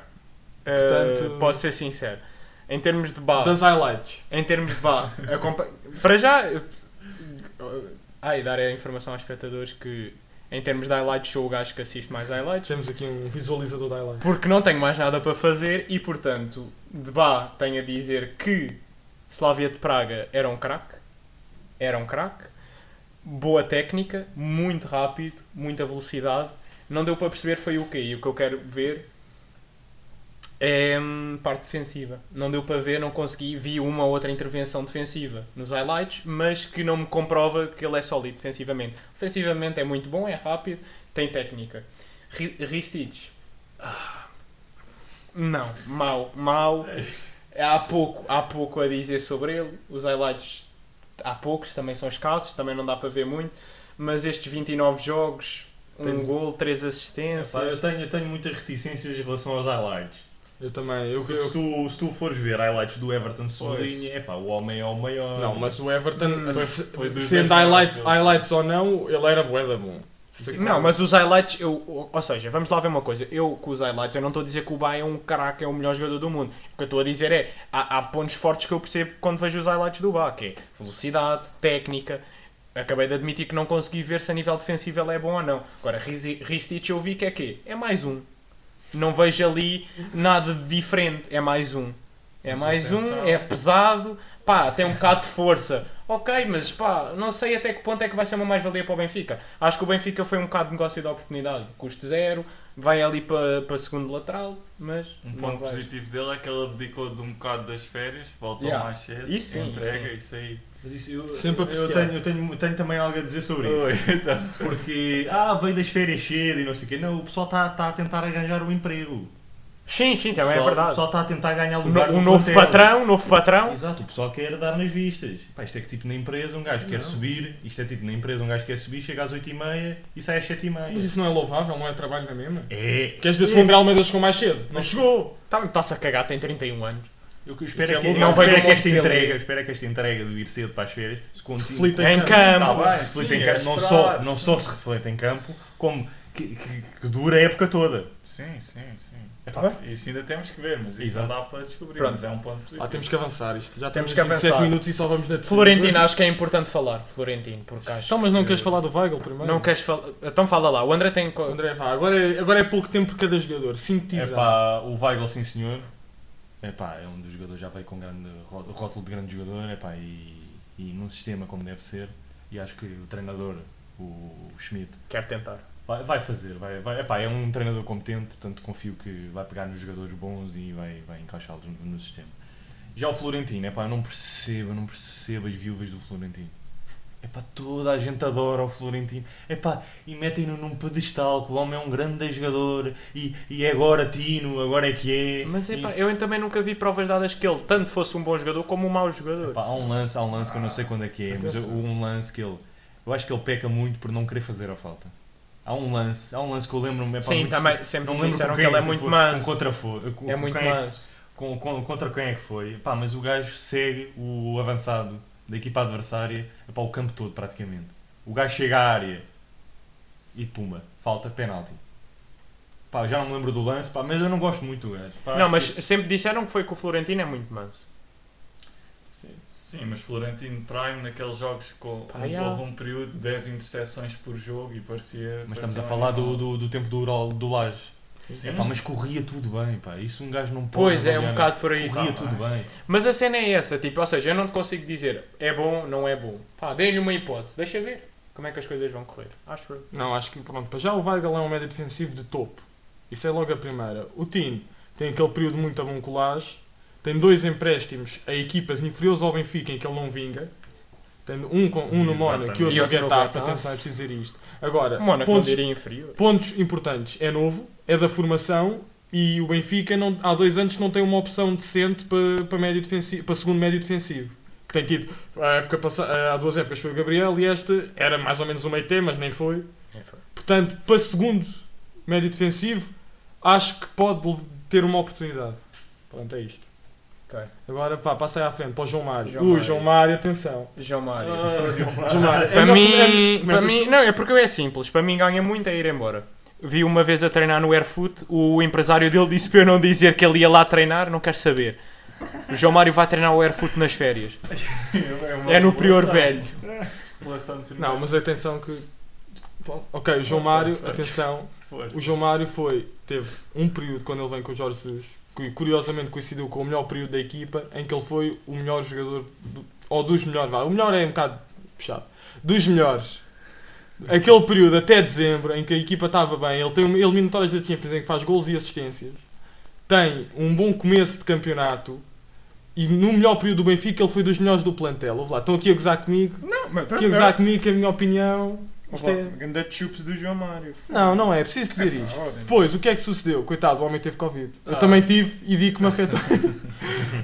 [SPEAKER 1] Portanto-
[SPEAKER 3] Eh, posso ser sincero. Em termos de
[SPEAKER 4] Ah.
[SPEAKER 3] bar,
[SPEAKER 1] Das highlights.
[SPEAKER 3] em termos de bar, acompa- para já. eu- Ah, e dar a informação aos espectadores que em termos de highlights sou o gajo que assiste mais highlights.
[SPEAKER 1] Temos aqui um visualizador de highlights.
[SPEAKER 3] Porque não tenho mais nada para fazer e, portanto, de Bá tenho a dizer que Slavia de Praga era um craque. Era um craque. Boa técnica, muito rápido, muita velocidade. Não deu para perceber foi o quê? E o que eu quero ver é hum, parte defensiva. Não deu para ver, não consegui. Vi uma ou outra intervenção defensiva nos highlights, mas que não me comprova que ele é sólido defensivamente. Defensivamente é muito bom, é rápido, tem técnica. Ri- Ristich, não, mau, mau. Há pouco, há pouco a dizer sobre ele. Os highlights há poucos, também são escassos, também não dá para ver muito. Mas estes 29 jogos, um
[SPEAKER 1] Tem-
[SPEAKER 3] gol, três
[SPEAKER 2] Epá, eu,
[SPEAKER 3] assistências.
[SPEAKER 2] tenho, eu tenho muitas reticências em relação aos highlights.
[SPEAKER 1] Eu também. Eu,
[SPEAKER 2] Porque se
[SPEAKER 1] eu-
[SPEAKER 2] tu, se tu fores ver highlights do Everton Solinha,
[SPEAKER 4] Pois.
[SPEAKER 2] é pá, o homem é o maior.
[SPEAKER 1] Não, mas o Everton,
[SPEAKER 3] Hum,
[SPEAKER 1] se-
[SPEAKER 4] foi dos dez
[SPEAKER 1] sendo highlights,
[SPEAKER 4] melhores.
[SPEAKER 1] highlights ou não, ele era bué da bom.
[SPEAKER 3] Não, mas os highlights, eu, ou- ou seja, vamos lá ver uma coisa. Eu com os highlights, eu não estou a dizer que o Bay é um craque, é o melhor jogador do mundo. O que eu estou a dizer é, há, há pontos fortes que eu percebo quando vejo os highlights do Bá, que é velocidade, técnica. Acabei de admitir que não consegui ver se a nível defensivo ele é bom ou não. Agora, Ristich eu vi que é quê? É mais um. Não vejo ali nada de diferente. É mais um. É
[SPEAKER 4] Mas
[SPEAKER 3] mais um,
[SPEAKER 4] atenção.
[SPEAKER 3] é pesado, pá, tem um bocado de força. Ok, mas pá, não sei até que ponto é que vai ser uma mais-valia para o Benfica. Acho que o Benfica foi um bocado de negócio de oportunidade. Custo zero, vai ali para, para segundo lateral, mas.
[SPEAKER 4] Um
[SPEAKER 3] não
[SPEAKER 4] ponto
[SPEAKER 3] vais.
[SPEAKER 4] positivo dele é que ele abdicou de um bocado das férias, voltou
[SPEAKER 3] Yeah.
[SPEAKER 4] mais cedo,
[SPEAKER 3] Isso sim,
[SPEAKER 4] entrega,
[SPEAKER 3] sim.
[SPEAKER 4] isso aí.
[SPEAKER 2] Mas isso eu,
[SPEAKER 1] Sempre
[SPEAKER 2] eu,
[SPEAKER 1] apreciado. então.
[SPEAKER 2] tenho, eu tenho, tenho também algo a dizer sobre isso. Porque, ah, veio das férias cedo e não sei o quê. Não, o pessoal está está a tentar arranjar um emprego.
[SPEAKER 3] Sim, sim, também
[SPEAKER 2] pessoal-
[SPEAKER 3] é
[SPEAKER 2] O
[SPEAKER 3] verdade.
[SPEAKER 2] pessoal está a tentar ganhar
[SPEAKER 3] O
[SPEAKER 2] lugar
[SPEAKER 3] no-
[SPEAKER 2] no
[SPEAKER 3] um novo
[SPEAKER 2] plantel.
[SPEAKER 3] patrão, novo patrão.
[SPEAKER 2] Exato, o pessoal quer dar nas vistas. Pá, isto é que tipo na empresa, um gajo quer subir, isto é tipo na empresa, um gajo quer subir, chega às 8h30 e sai às 7h30.
[SPEAKER 1] Mas isso não é louvável, não é trabalho na mesma?
[SPEAKER 2] É,
[SPEAKER 1] Queres ver se o André Almeida chegou mais cedo? Não chegou!
[SPEAKER 3] Está-se Tá, a cagar, tem 31 anos.
[SPEAKER 2] eu que- espero,
[SPEAKER 3] Isso é
[SPEAKER 2] que,
[SPEAKER 3] bom.
[SPEAKER 2] eu
[SPEAKER 3] Não vai
[SPEAKER 2] espero
[SPEAKER 3] com
[SPEAKER 2] que esta
[SPEAKER 3] Montpellier.
[SPEAKER 2] entrega, eu espero que esta entrega do ir cedo para as férias se continue.
[SPEAKER 1] Reflita
[SPEAKER 3] Em
[SPEAKER 4] Tá
[SPEAKER 3] campo.
[SPEAKER 4] bem,
[SPEAKER 2] Se reflete
[SPEAKER 4] sim,
[SPEAKER 2] em
[SPEAKER 4] é
[SPEAKER 2] campo, não,
[SPEAKER 4] esperar.
[SPEAKER 2] só, não só se reflete em campo, como que, que- que dura a época toda. É
[SPEAKER 4] Sim, sim, sim.
[SPEAKER 3] Tá bem.
[SPEAKER 4] Isso ainda temos que ver, mas isso
[SPEAKER 2] Exato.
[SPEAKER 4] não dá para descobrir.
[SPEAKER 3] Pronto.
[SPEAKER 4] Mas é um ponto positivo.
[SPEAKER 1] Ah, temos que avançar isto. Já temos,
[SPEAKER 3] Temos que
[SPEAKER 1] 27
[SPEAKER 3] avançar.
[SPEAKER 1] minutos e só vamos na decisão.
[SPEAKER 3] Florentino, acho que é importante falar. Florentino, porque acho.
[SPEAKER 1] Então, mas não
[SPEAKER 3] que-
[SPEAKER 1] queres falar do Weigl primeiro?
[SPEAKER 3] Não queres falar. Então fala lá. O André tem. co-
[SPEAKER 1] André, vá, agora é, agora é pouco tempo por cada jogador.
[SPEAKER 2] É
[SPEAKER 1] Sintetiza.
[SPEAKER 2] pá, o Weigl, sim senhor, é pá, é um dos jogadores, já veio com grande ró- rótulo de grande jogador, é pá, e, e num sistema como deve ser, e acho que o treinador, o, o Schmidt,
[SPEAKER 3] Quer tentar.
[SPEAKER 2] vai, vai fazer, vai, vai, é pá, é um treinador competente, portanto confio que vai pegar nos jogadores bons e vai, vai encaixá-los no, no sistema. Já o Florentino, é pá, eu não percebo, eu não percebo as viúvas do Florentino. É pá, toda a gente adora o Florentino. É pá, e metem-no num pedestal que o homem é um grande jogador e, e é agora Tino, agora é que é.
[SPEAKER 3] Mas
[SPEAKER 2] E-
[SPEAKER 3] epá, eu também nunca vi provas dadas que ele tanto fosse um bom jogador como um mau jogador.
[SPEAKER 2] Pá, há um lance, há um lance que eu não sei quando é que é, mas eu- um lance que ele. Eu acho que ele peca muito por não querer fazer a falta. Há um lance, há um lance que eu lembro-me. é pá,
[SPEAKER 3] Sim, tá
[SPEAKER 2] muito-
[SPEAKER 3] também sempre
[SPEAKER 2] Não me
[SPEAKER 3] me
[SPEAKER 2] lembro
[SPEAKER 3] disseram
[SPEAKER 2] com
[SPEAKER 3] que
[SPEAKER 2] quem
[SPEAKER 3] ele é
[SPEAKER 2] se
[SPEAKER 3] muito
[SPEAKER 2] foi, Com
[SPEAKER 3] manso.
[SPEAKER 2] contra foi, com,
[SPEAKER 3] É
[SPEAKER 2] com
[SPEAKER 3] muito
[SPEAKER 2] quem,
[SPEAKER 3] manso.
[SPEAKER 2] com- com- contra quem é que foi. Pá, mas o gajo segue o avançado da equipa adversária é pá, o campo todo praticamente. O gajo chega à área e pumba, falta penalti. Pá, já não me lembro do lance, pá, mas eu não gosto muito do gajo. Pá,
[SPEAKER 3] Não,
[SPEAKER 2] acho
[SPEAKER 3] mas
[SPEAKER 2] que-
[SPEAKER 3] sempre disseram que foi que o Florentino é muito manso.
[SPEAKER 4] Sim. Sim, mas Florentino Prime naqueles jogos com
[SPEAKER 3] Pá,
[SPEAKER 4] houve
[SPEAKER 3] yeah.
[SPEAKER 4] um período de 10 interseções por jogo e parecia.
[SPEAKER 2] Mas estamos a
[SPEAKER 4] parecia um
[SPEAKER 2] falar do,
[SPEAKER 4] animal.
[SPEAKER 2] do, do tempo do, Ural- do Laje.
[SPEAKER 3] é
[SPEAKER 4] Sim,
[SPEAKER 2] Epá, mas corria tudo bem, pá. Isso um gajo não pode.
[SPEAKER 3] Pois, é um
[SPEAKER 2] avaliar.
[SPEAKER 3] bocado por aí.
[SPEAKER 2] Corria
[SPEAKER 3] Tá,
[SPEAKER 2] tudo bem.
[SPEAKER 3] Mas a cena é essa, tipo, ou seja, eu não te consigo dizer é bom, não é bom. Pá, dê-lhe uma hipótese, deixa ver como é que as coisas vão correr. Acho eu.
[SPEAKER 1] Não, acho que pronto. Para já o Weigl é um médio defensivo de topo. Isso é logo a primeira. O Tino tem aquele período muito avoncolage. tem dois empréstimos a equipas inferiores ao Benfica em que ele não vinga. Tem um, com, um no
[SPEAKER 2] Exatamente.
[SPEAKER 1] Mónaco e outro
[SPEAKER 3] E
[SPEAKER 1] no
[SPEAKER 3] outro no
[SPEAKER 1] Getafe.
[SPEAKER 3] Getafe.
[SPEAKER 1] Atenção, é preciso dizer isto. Agora,
[SPEAKER 3] O Mónaco não
[SPEAKER 1] pontos,
[SPEAKER 3] diria inferior.
[SPEAKER 1] pontos importantes. É novo, é da formação e o Benfica não, há dois anos não tem uma opção decente para, para, médio defensivo, para segundo médio defensivo. Que tem tido, a época passa- eh, há duas épocas foi o Gabriel e este era mais ou menos o meio tema, mas nem foi.
[SPEAKER 3] é
[SPEAKER 1] Portanto, para segundo médio defensivo, acho que pode le- ter uma oportunidade. Pronto, é isto.
[SPEAKER 3] Ok.
[SPEAKER 1] Agora vá, passa aí à frente para o João Mário.
[SPEAKER 3] João
[SPEAKER 1] Ui,
[SPEAKER 3] Mário.
[SPEAKER 1] João Mário, atenção.
[SPEAKER 3] João Mário.
[SPEAKER 4] Ah,
[SPEAKER 1] João Mário.
[SPEAKER 3] Para
[SPEAKER 1] é melhor-
[SPEAKER 3] mim, para
[SPEAKER 1] começas
[SPEAKER 3] mim
[SPEAKER 1] tu?
[SPEAKER 3] não, é porque é simples. Para mim ganha muito é ir embora. Vi uma vez a treinar no Airfoot, o empresário dele disse para eu não dizer que ele ia lá treinar, não quero saber. O João Mário vai treinar o Airfoot nas férias. É no Prior Velho.
[SPEAKER 1] Não, mas atenção que. Bom, Ok, o João
[SPEAKER 4] Pode,
[SPEAKER 1] Mário,
[SPEAKER 4] pode, pode.
[SPEAKER 1] atenção. O João Mário foi, teve um período quando ele vem com o Jorge Jesus, que curiosamente coincidiu com o melhor período da equipa, em que ele foi o melhor jogador, do- ou dos melhores, vá, o melhor é um bocado puxado, dos melhores. Aquele período até dezembro em que a equipa estava bem, ele tem eliminatórias da Champions em que faz gols e assistências, tem um bom começo de campeonato e no melhor período do Benfica ele foi dos melhores do plantel. Ouve lá, estão aqui a gozar comigo,
[SPEAKER 3] Não, mas
[SPEAKER 1] aqui a gozar comigo, que é a minha opinião. Isto é...
[SPEAKER 3] Ganda chups do João Mário.
[SPEAKER 1] Não, não é, é preciso dizer isto. Depois, o que é que sucedeu? Coitado, o homem teve Covid.
[SPEAKER 2] Ah.
[SPEAKER 1] Eu também tive e digo que me afetou.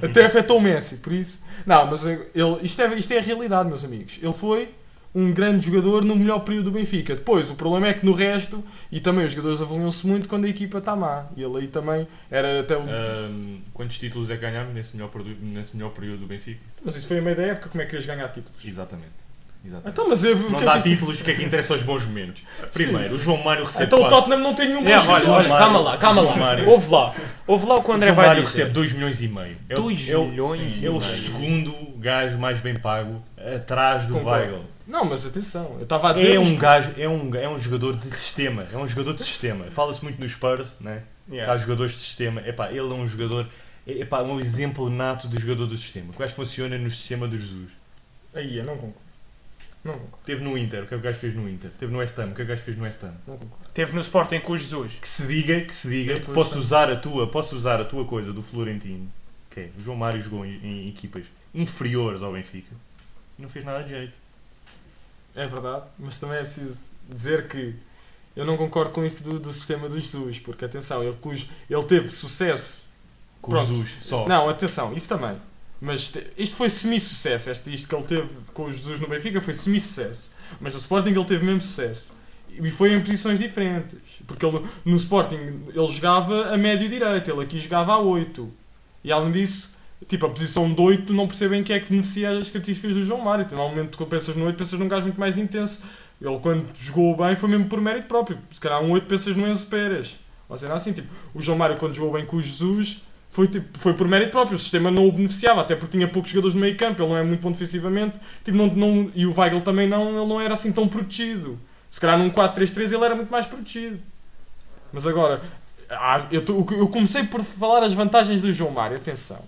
[SPEAKER 1] Até afetou o Messi, por isso. Não, mas eu- ele, isto, é, isto é a realidade, meus amigos. Ele foi um grande jogador no melhor período do Benfica. Depois, o problema é que no resto, e também os jogadores avaliam-se muito quando a equipa está má. E ele aí também era até um- o.
[SPEAKER 2] Ahm, quantos títulos é que ganhámos nesse melhor, produ- nesse melhor período do Benfica?
[SPEAKER 1] Mas isso foi a meio da época, como é que querias ganhar títulos?
[SPEAKER 2] Exatamente. Exatamente.
[SPEAKER 1] Então, mas eu.
[SPEAKER 2] Se
[SPEAKER 1] o
[SPEAKER 2] não
[SPEAKER 1] que é
[SPEAKER 2] dá
[SPEAKER 1] que isso-
[SPEAKER 2] títulos, o que é que interessa aos bons momentos? Primeiro, o João Mário recebe
[SPEAKER 1] Então o
[SPEAKER 2] quatro-
[SPEAKER 1] Tottenham não tem nenhum
[SPEAKER 3] É,
[SPEAKER 1] bom
[SPEAKER 3] olha,
[SPEAKER 1] jogador.
[SPEAKER 3] olha, calma lá, calma
[SPEAKER 2] João
[SPEAKER 3] lá.
[SPEAKER 2] Mário.
[SPEAKER 3] Ouve lá. Ouve lá o que o
[SPEAKER 2] o
[SPEAKER 3] André
[SPEAKER 2] João
[SPEAKER 3] vai
[SPEAKER 2] Mário
[SPEAKER 3] dizer.
[SPEAKER 2] recebe 2 milhões e meio. É o-
[SPEAKER 3] 2
[SPEAKER 2] é o-
[SPEAKER 3] milhões e
[SPEAKER 2] É o
[SPEAKER 3] meio.
[SPEAKER 2] segundo gajo mais bem pago atrás do
[SPEAKER 1] Concordo.
[SPEAKER 2] Weigl.
[SPEAKER 1] Não, mas atenção, eu estava a dizer.
[SPEAKER 2] É um
[SPEAKER 1] isto-
[SPEAKER 2] gajo, é um, é um jogador de sistema, é um jogador de sistema. Fala-se muito nos Spurs, né? Que há
[SPEAKER 3] Yeah.
[SPEAKER 2] jogadores de sistema. Epá, ele é um jogador, é- epá, é um exemplo nato de jogador do sistema. O gajo funciona no sistema do Jesus.
[SPEAKER 1] Aí, eu não concordo. Não concordo,
[SPEAKER 2] Teve no Inter, o que é que o gajo fez no Inter? Teve no West Ham, o que é que o gajo fez no West Ham?
[SPEAKER 1] não concordo.
[SPEAKER 3] Teve no Sporting com o Jesus.
[SPEAKER 2] Que se diga, que se diga,
[SPEAKER 1] Depois
[SPEAKER 2] posso
[SPEAKER 1] tem.
[SPEAKER 2] usar a tua, posso usar a tua coisa do Florentino. Que é, o João Mário jogou em, em equipas inferiores ao Benfica. E não fez nada de jeito.
[SPEAKER 1] É verdade, mas também é preciso dizer que eu não concordo com isso do, do sistema do Jesus, porque atenção, ele, cujo, ele teve sucesso.
[SPEAKER 2] Com
[SPEAKER 1] Pronto.
[SPEAKER 2] Jesus só.
[SPEAKER 1] Não, atenção, isso também. Mas te- isto foi semi-sucesso. este- Isto que ele teve com o Jesus no Benfica foi semi-sucesso. Mas no Sporting ele teve mesmo sucesso. E foi em posições diferentes. Porque ele, no Sporting ele jogava a médio direito, ele aqui jogava a 8. E além disso, tipo, a posição de 8 não percebem que é que beneficia as características do João Mário. Então, normalmente quando pensas no 8 pensas num gajo muito mais intenso. Ele quando jogou bem foi mesmo por mérito próprio. Se calhar um 8 pensas no Enzo Pérez. Ou seja, assim, tipo, o João Mário quando jogou bem com o Jesus foi, tipo, foi por mérito próprio, o sistema não o beneficiava, até porque tinha poucos jogadores no meio campo, ele não é muito bom defensivamente, tipo, não, não, e o Weigl também não, ele não era assim tão protegido. Se calhar num 4-3-3 ele era muito mais protegido. Mas agora, ah, eu, tô- eu comecei por falar as vantagens do João Mário, atenção.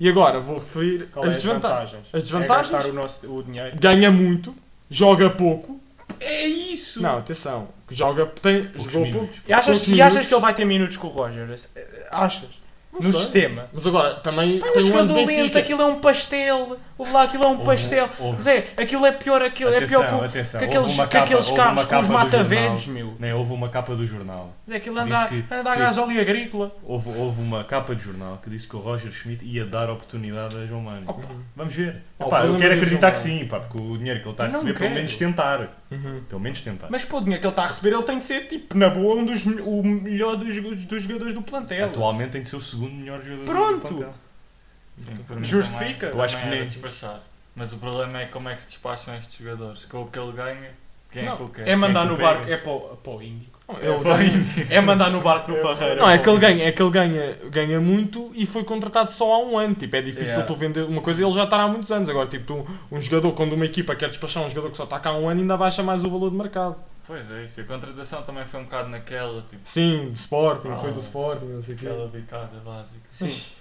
[SPEAKER 1] E agora vou referir
[SPEAKER 3] Qual
[SPEAKER 1] as
[SPEAKER 3] é as
[SPEAKER 1] desvantagens.
[SPEAKER 3] vantagens?
[SPEAKER 1] As desvantagens?
[SPEAKER 3] É gastar o, nosso, o dinheiro.
[SPEAKER 1] Ganha muito, joga pouco.
[SPEAKER 3] É isso.
[SPEAKER 1] Não, atenção, joga, tem,
[SPEAKER 2] Poucos
[SPEAKER 1] jogou
[SPEAKER 2] minutos.
[SPEAKER 1] pouco.
[SPEAKER 3] E achas,
[SPEAKER 1] poucos
[SPEAKER 3] e achas
[SPEAKER 1] minutos.
[SPEAKER 3] que ele vai ter minutos com o Rogers? Achas?
[SPEAKER 1] Não
[SPEAKER 3] no
[SPEAKER 1] sei.
[SPEAKER 3] sistema?
[SPEAKER 1] Mas agora, também
[SPEAKER 3] Pá,
[SPEAKER 1] tem
[SPEAKER 3] um
[SPEAKER 1] um ano
[SPEAKER 3] jogador
[SPEAKER 1] de
[SPEAKER 3] lento,
[SPEAKER 1] Benfica.
[SPEAKER 3] aquilo é um pastel. Ouve lá, aquilo é um
[SPEAKER 2] Houve-
[SPEAKER 3] pastel.
[SPEAKER 2] houve-
[SPEAKER 3] Zé, aquilo é pior, aquilo é pior que,
[SPEAKER 2] atenção.
[SPEAKER 3] que
[SPEAKER 2] Houve
[SPEAKER 3] aqueles,
[SPEAKER 2] uma
[SPEAKER 3] que
[SPEAKER 2] capa-
[SPEAKER 3] aqueles
[SPEAKER 2] houve uma
[SPEAKER 3] carros com os
[SPEAKER 2] capa do
[SPEAKER 3] matavelhos,
[SPEAKER 2] jornal.
[SPEAKER 3] meu.
[SPEAKER 2] Né, houve uma capa do jornal.
[SPEAKER 3] Zé, aquilo anda,
[SPEAKER 2] Disse que-
[SPEAKER 3] anda a
[SPEAKER 2] que-
[SPEAKER 3] gasóleo agrícola.
[SPEAKER 2] Houve, houve uma capa de jornal que disse que o Roger Schmidt ia dar oportunidade a João Mário.
[SPEAKER 1] Uhum.
[SPEAKER 2] Vamos ver.
[SPEAKER 1] Oh,
[SPEAKER 2] Epá, eu
[SPEAKER 1] problema
[SPEAKER 2] quero
[SPEAKER 1] do
[SPEAKER 2] acreditar
[SPEAKER 1] João
[SPEAKER 2] que sim, pá, porque o dinheiro que ele está a
[SPEAKER 3] Não
[SPEAKER 2] receber,
[SPEAKER 3] quero.
[SPEAKER 2] pelo menos tentar.
[SPEAKER 1] Uhum.
[SPEAKER 2] Pelo menos tentar.
[SPEAKER 3] Mas pô, o dinheiro que ele está a receber, ele tem de ser, tipo, na boa, um dos, o melhor dos, dos jogadores do plantel.
[SPEAKER 2] Atualmente tem de ser o segundo melhor jogador
[SPEAKER 3] Pronto.
[SPEAKER 2] do plantel.
[SPEAKER 3] Justifica?
[SPEAKER 2] Eu acho que nem-
[SPEAKER 4] nem. despachar. é Mas o problema é como é que se despacham estes jogadores. Com o que ele ganha, quem
[SPEAKER 1] Não,
[SPEAKER 4] é que o quer.
[SPEAKER 3] É mandar
[SPEAKER 2] Quem
[SPEAKER 3] no
[SPEAKER 2] que pega?
[SPEAKER 3] barco, é para o, para o Índico.
[SPEAKER 1] Ele
[SPEAKER 4] Vai-
[SPEAKER 1] ganha-
[SPEAKER 3] É mandar no barco do Parreira.
[SPEAKER 1] Não, é que ele ganha, é que ele ganha, ganha muito e foi contratado só há um ano. Tipo, é difícil
[SPEAKER 4] Yeah.
[SPEAKER 1] tu vender uma coisa e ele já está há muitos anos. Agora, tipo, tu- um jogador, quando uma equipa quer despachar um jogador que só está cá há um ano, ainda baixa mais o valor de mercado.
[SPEAKER 4] Pois é, isso. A contratação também foi um bocado naquela, tipo,
[SPEAKER 1] Sim, de Sporting,
[SPEAKER 4] Ah.
[SPEAKER 1] foi do Sporting, não sei o quê.
[SPEAKER 4] aquela bicada básica.
[SPEAKER 1] Mas-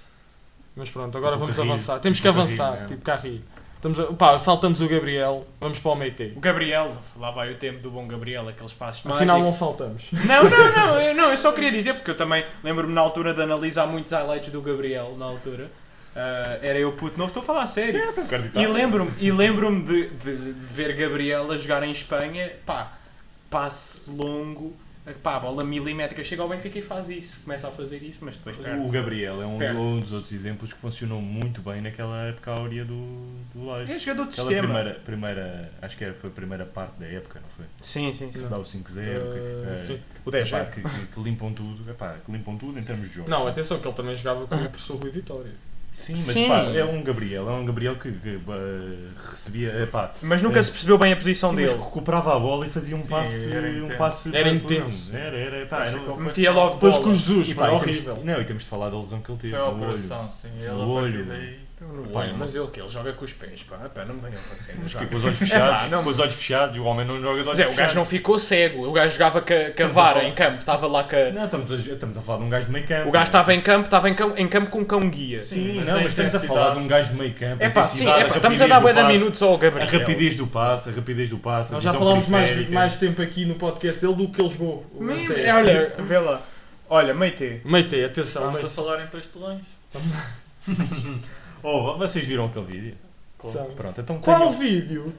[SPEAKER 1] Mas pronto, agora
[SPEAKER 2] Tipo
[SPEAKER 1] vamos
[SPEAKER 2] Carrilho.
[SPEAKER 1] avançar. Temos que
[SPEAKER 2] Tipo
[SPEAKER 1] avançar,
[SPEAKER 2] Carrilho, né?
[SPEAKER 1] tipo Carrilho. Estamos a, pá, saltamos o Gabriel, vamos para o Meite.
[SPEAKER 3] O Gabriel, lá vai o tempo do bom Gabriel, aqueles passos
[SPEAKER 1] Afinal, não
[SPEAKER 3] mágicos.
[SPEAKER 1] saltamos.
[SPEAKER 3] Não, não, não eu, não, eu só queria dizer, porque eu também lembro-me na altura de analisar muitos highlights do Gabriel, na altura. Ah, era eu puto novo, estou a falar a sério.
[SPEAKER 2] Acreditar.
[SPEAKER 1] tá.
[SPEAKER 3] E lembro-me e lembro de, de ver Gabriela jogar em Espanha, pá, passe longo, pá, bola milimétrica, chega ao Benfica e faz isso. Começa a fazer isso, mas depois perde.
[SPEAKER 2] O Gabriel é um,
[SPEAKER 3] Perde.
[SPEAKER 2] um dos outros exemplos que funcionou muito bem naquela época áurea do, do Laje.
[SPEAKER 3] É jogador de
[SPEAKER 2] Aquela
[SPEAKER 3] sistema.
[SPEAKER 2] primeira, primeira, acho que era- foi a primeira parte da época, não foi?
[SPEAKER 3] Sim, sim,
[SPEAKER 2] Que
[SPEAKER 3] sim.
[SPEAKER 2] se dá o 5-0, que-
[SPEAKER 1] Eh,
[SPEAKER 2] é,
[SPEAKER 1] sim.
[SPEAKER 3] O
[SPEAKER 2] epá,
[SPEAKER 3] 10 é.
[SPEAKER 2] que, que- que limpam tudo, epá, que limpam tudo em termos de jogo.
[SPEAKER 1] Não, atenção, que ele também jogava com o professor Rui Vitória.
[SPEAKER 2] Sim, mas
[SPEAKER 3] Sim.
[SPEAKER 2] pá, é um Gabriel, é um Gabriel que, que, eh, recebia, epá,
[SPEAKER 3] Mas nunca
[SPEAKER 2] eh,
[SPEAKER 3] se percebeu bem a posição
[SPEAKER 2] sim, mas
[SPEAKER 3] dele.
[SPEAKER 2] recuperava a bola e fazia um
[SPEAKER 4] Sim,
[SPEAKER 2] passe,
[SPEAKER 4] era
[SPEAKER 2] um
[SPEAKER 4] intenso.
[SPEAKER 2] passe
[SPEAKER 1] Era
[SPEAKER 2] para-
[SPEAKER 1] intenso.
[SPEAKER 2] Era, era, pá, era um-
[SPEAKER 3] Metia logo
[SPEAKER 1] Depois com o
[SPEAKER 3] bola.
[SPEAKER 1] Jesus,
[SPEAKER 2] E,
[SPEAKER 1] foi
[SPEAKER 2] pá, e temos-
[SPEAKER 1] horrível.
[SPEAKER 2] Não, e temos de falar da lesão que ele teve.
[SPEAKER 4] Foi a
[SPEAKER 2] no Tipo, olho.
[SPEAKER 4] operação, sim. Ele
[SPEAKER 2] No
[SPEAKER 4] a partir
[SPEAKER 2] olho.
[SPEAKER 4] daí.
[SPEAKER 3] Então,
[SPEAKER 2] Pá,
[SPEAKER 3] Olha,
[SPEAKER 2] não-
[SPEAKER 3] mas ele que ele joga com os pés, pá, pá não me venham com cenas,
[SPEAKER 2] Mas
[SPEAKER 3] vá.
[SPEAKER 2] que Tá. com os olhos
[SPEAKER 3] É, pá,
[SPEAKER 2] fechados,
[SPEAKER 3] não.
[SPEAKER 2] com Ah, os olhos fechados, e o homem não joga de olhos
[SPEAKER 3] Mas é, o
[SPEAKER 2] fechados.
[SPEAKER 3] gajo não ficou cego, o gajo jogava ca- com a
[SPEAKER 2] Estamos a
[SPEAKER 3] vara
[SPEAKER 2] falar-
[SPEAKER 3] em campo, estava lá com
[SPEAKER 2] Não, estamos a, estamos a falar de um gajo de meio campo.
[SPEAKER 3] O gajo estava em campo, estava em campo, em campo com um cão guia.
[SPEAKER 2] Sim,
[SPEAKER 4] Mas
[SPEAKER 2] não,
[SPEAKER 4] a
[SPEAKER 2] mas estamos a
[SPEAKER 4] intensidade-
[SPEAKER 2] falar de um gajo de meio campo.
[SPEAKER 3] É pá, sim,
[SPEAKER 2] intensidade,
[SPEAKER 3] é pá,
[SPEAKER 2] a
[SPEAKER 3] estamos a
[SPEAKER 2] rapidez
[SPEAKER 3] dar
[SPEAKER 2] do
[SPEAKER 3] bué de
[SPEAKER 2] passe, É,
[SPEAKER 3] minutos ao
[SPEAKER 2] A
[SPEAKER 3] Gabriel.
[SPEAKER 2] rapidez do passe, a rapidez do passe. a
[SPEAKER 1] Nós já
[SPEAKER 2] visão
[SPEAKER 1] falámos mais,
[SPEAKER 2] periférica.
[SPEAKER 1] mais tempo aqui no podcast dele do que ele jogou.
[SPEAKER 3] Mas,
[SPEAKER 1] Mas é- Tá
[SPEAKER 3] olha, vê lá. Olha, Meite.
[SPEAKER 1] Meitei, atenção.
[SPEAKER 4] Estávamos a
[SPEAKER 1] meitei.
[SPEAKER 4] falar em pastelões.
[SPEAKER 2] Oh, vocês viram aquele vídeo?
[SPEAKER 1] Atenção.
[SPEAKER 2] Pronto, então
[SPEAKER 1] Qual
[SPEAKER 2] tenham,
[SPEAKER 1] vídeo?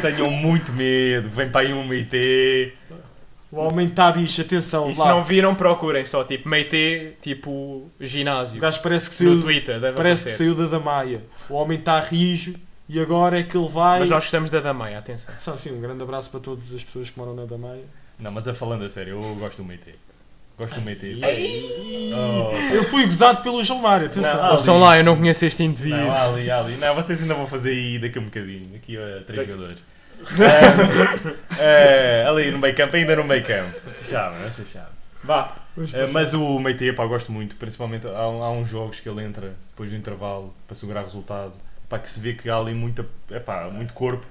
[SPEAKER 2] tenham muito medo. Vem para aí um IT.
[SPEAKER 1] O homem está bicho, atenção.
[SPEAKER 3] E se
[SPEAKER 1] lá.
[SPEAKER 3] não viram, procurem só, tipo, Meite, tipo,
[SPEAKER 1] O
[SPEAKER 3] ginásio.
[SPEAKER 1] gajo parece que
[SPEAKER 3] No
[SPEAKER 1] saiu,
[SPEAKER 3] Twitter, deve
[SPEAKER 1] parece que saiu
[SPEAKER 3] aparecer.
[SPEAKER 1] da Damaia. O homem está rijo e agora é que ele vai.
[SPEAKER 3] Mas nós gostamos da Damaia, atenção.
[SPEAKER 1] Só assim, um grande abraço para todas as pessoas que moram na Damaia.
[SPEAKER 2] Não, mas a falando a sério, eu gosto do IT. Gosto do Oh, IT.
[SPEAKER 1] Eu fui gozado pelo Gilmar, atenção.
[SPEAKER 2] Não, Ah,
[SPEAKER 3] Ouçam
[SPEAKER 2] ali.
[SPEAKER 3] lá, eu não conheço este indivíduo.
[SPEAKER 2] Não, há ali, há ali. Não, vocês ainda vão fazer aí daqui a um bocadinho, daqui a três jogadores. Ah, ah, ali no meio campo, ainda no meio campo. Vocês sabem, vocês sabem.
[SPEAKER 3] Vá.
[SPEAKER 2] Ah, mas o Meite, pá, gosto muito, principalmente há, um, há uns jogos que ele entra depois do intervalo para segurar resultado, pá, que se vê que há ali muita, epá, muito corpo,